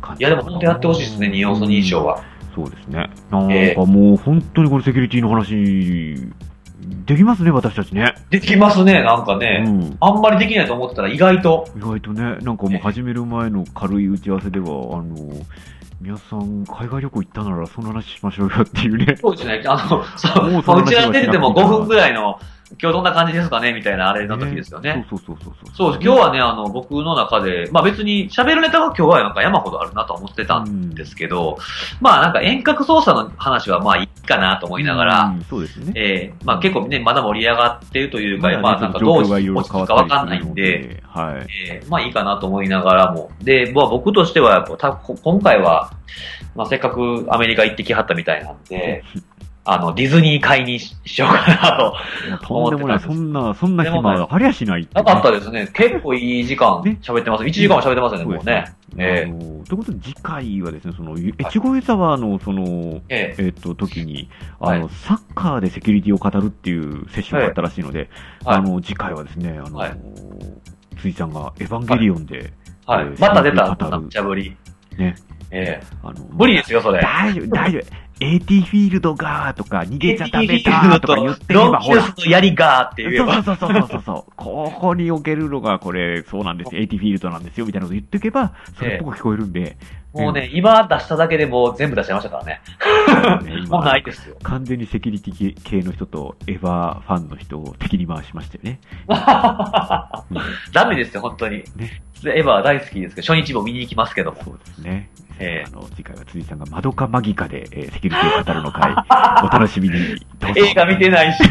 S1: 感
S2: い
S1: じ
S2: や、
S1: かな
S2: でも本当やってほしいですね、二要素認証は。
S1: そうですね。なんかもう本当にこれセキュリティの話、できますね、私たちね。
S2: できますね、なんかね。
S1: うん。
S2: あんまりできないと思ってたら意外と。
S1: 意外とね、なんかもう始める前の軽い打ち合わせでは、あの、皆さん、海外旅行行ったならその話しましょうよっていうね。
S2: そうですね。あの、そう、
S1: もう
S2: ま
S1: そん
S2: あ
S1: な
S2: 打ち合わせてても
S1: 気がしなくなる
S2: 5分ぐらいの、今日どんな感じですかねみたいなあれの時ですよね。
S1: そうそうそうそう。
S2: そうです。今日はね、あの、僕の中で、まあ別に喋るネタが今日はなんか山ほどあるなと思ってたん
S1: ん
S2: ですけど、まあなんか遠隔操作の話はまあいいかなと思いながら、
S1: うんそうですね。
S2: ええまあ結構ね、まだ盛り上がってるというか、まあなんかど
S1: 状
S2: う
S1: 況が
S2: 落
S1: いろいろ
S2: ち
S1: 変
S2: 着
S1: わ
S2: く
S1: っ
S2: か
S1: たり
S2: わかんない
S1: する
S2: ん
S1: の
S2: で、
S1: で、はい。
S2: えーまあいいかなと思いながらも。で、まあ僕としてはやっぱたこ今回は、まあせっかくアメリカ行ってきはったみたいなんで、あの、ディズニー買いにししようかなと。
S1: とんでもない、そんな、そんな暇はありゃしないっていう
S2: な
S1: ね
S2: かったで すね。結構いい時間
S1: ね
S2: 喋ってます。1時間も喋ってますよね、もうね。
S1: そうです
S2: え
S1: ね。あのということで、次回はですね、その、越後湯沢の、その、
S2: ええ
S1: えっと、時に、
S2: はい
S1: あの、サッカーでセキュリティを語るっていうセッションがあったらしいので、
S2: はい
S1: あの、次回はですね、あの、
S2: はい
S1: 辻さんがエヴァンゲリオンで、
S2: えはい
S1: ええ。
S2: また出た、
S1: 語る
S2: 無茶ぶり。
S1: ね。
S2: ええ。
S1: あの、
S2: 無理ですよ、それ。
S1: 大丈夫、大丈夫。AT フィールドがーとか、逃げちゃダメだーとか言ってれ
S2: ロ
S1: ば、
S2: ンキ
S1: ほ
S2: ュー
S1: ら。
S2: スの槍がーって言えば。
S1: そうそうそうそうそうそう。ここに置けるのが、これ、そうなん ですよ。AT フィールドなんですよ、みたいなこと言っておけば、それっぽく聞こえるんで、
S2: もうね、今出しただけでもう全部出しちゃいましたからね。
S1: ね
S2: もう
S1: 今
S2: ないですよ。
S1: 完全にセキュリティ系の人とエヴァファンの人を敵に回しましたよ ね。うん
S2: ダメですよ、本当に。
S1: ね
S2: エヴァは大好きですけど、初日も見に行きますけども。
S1: そうですね。
S2: ええ
S1: あの次回は辻さんがマドカマギカで、えーセキュリティを語るの会、お楽しみにどうぞ。
S2: 映画見てないし。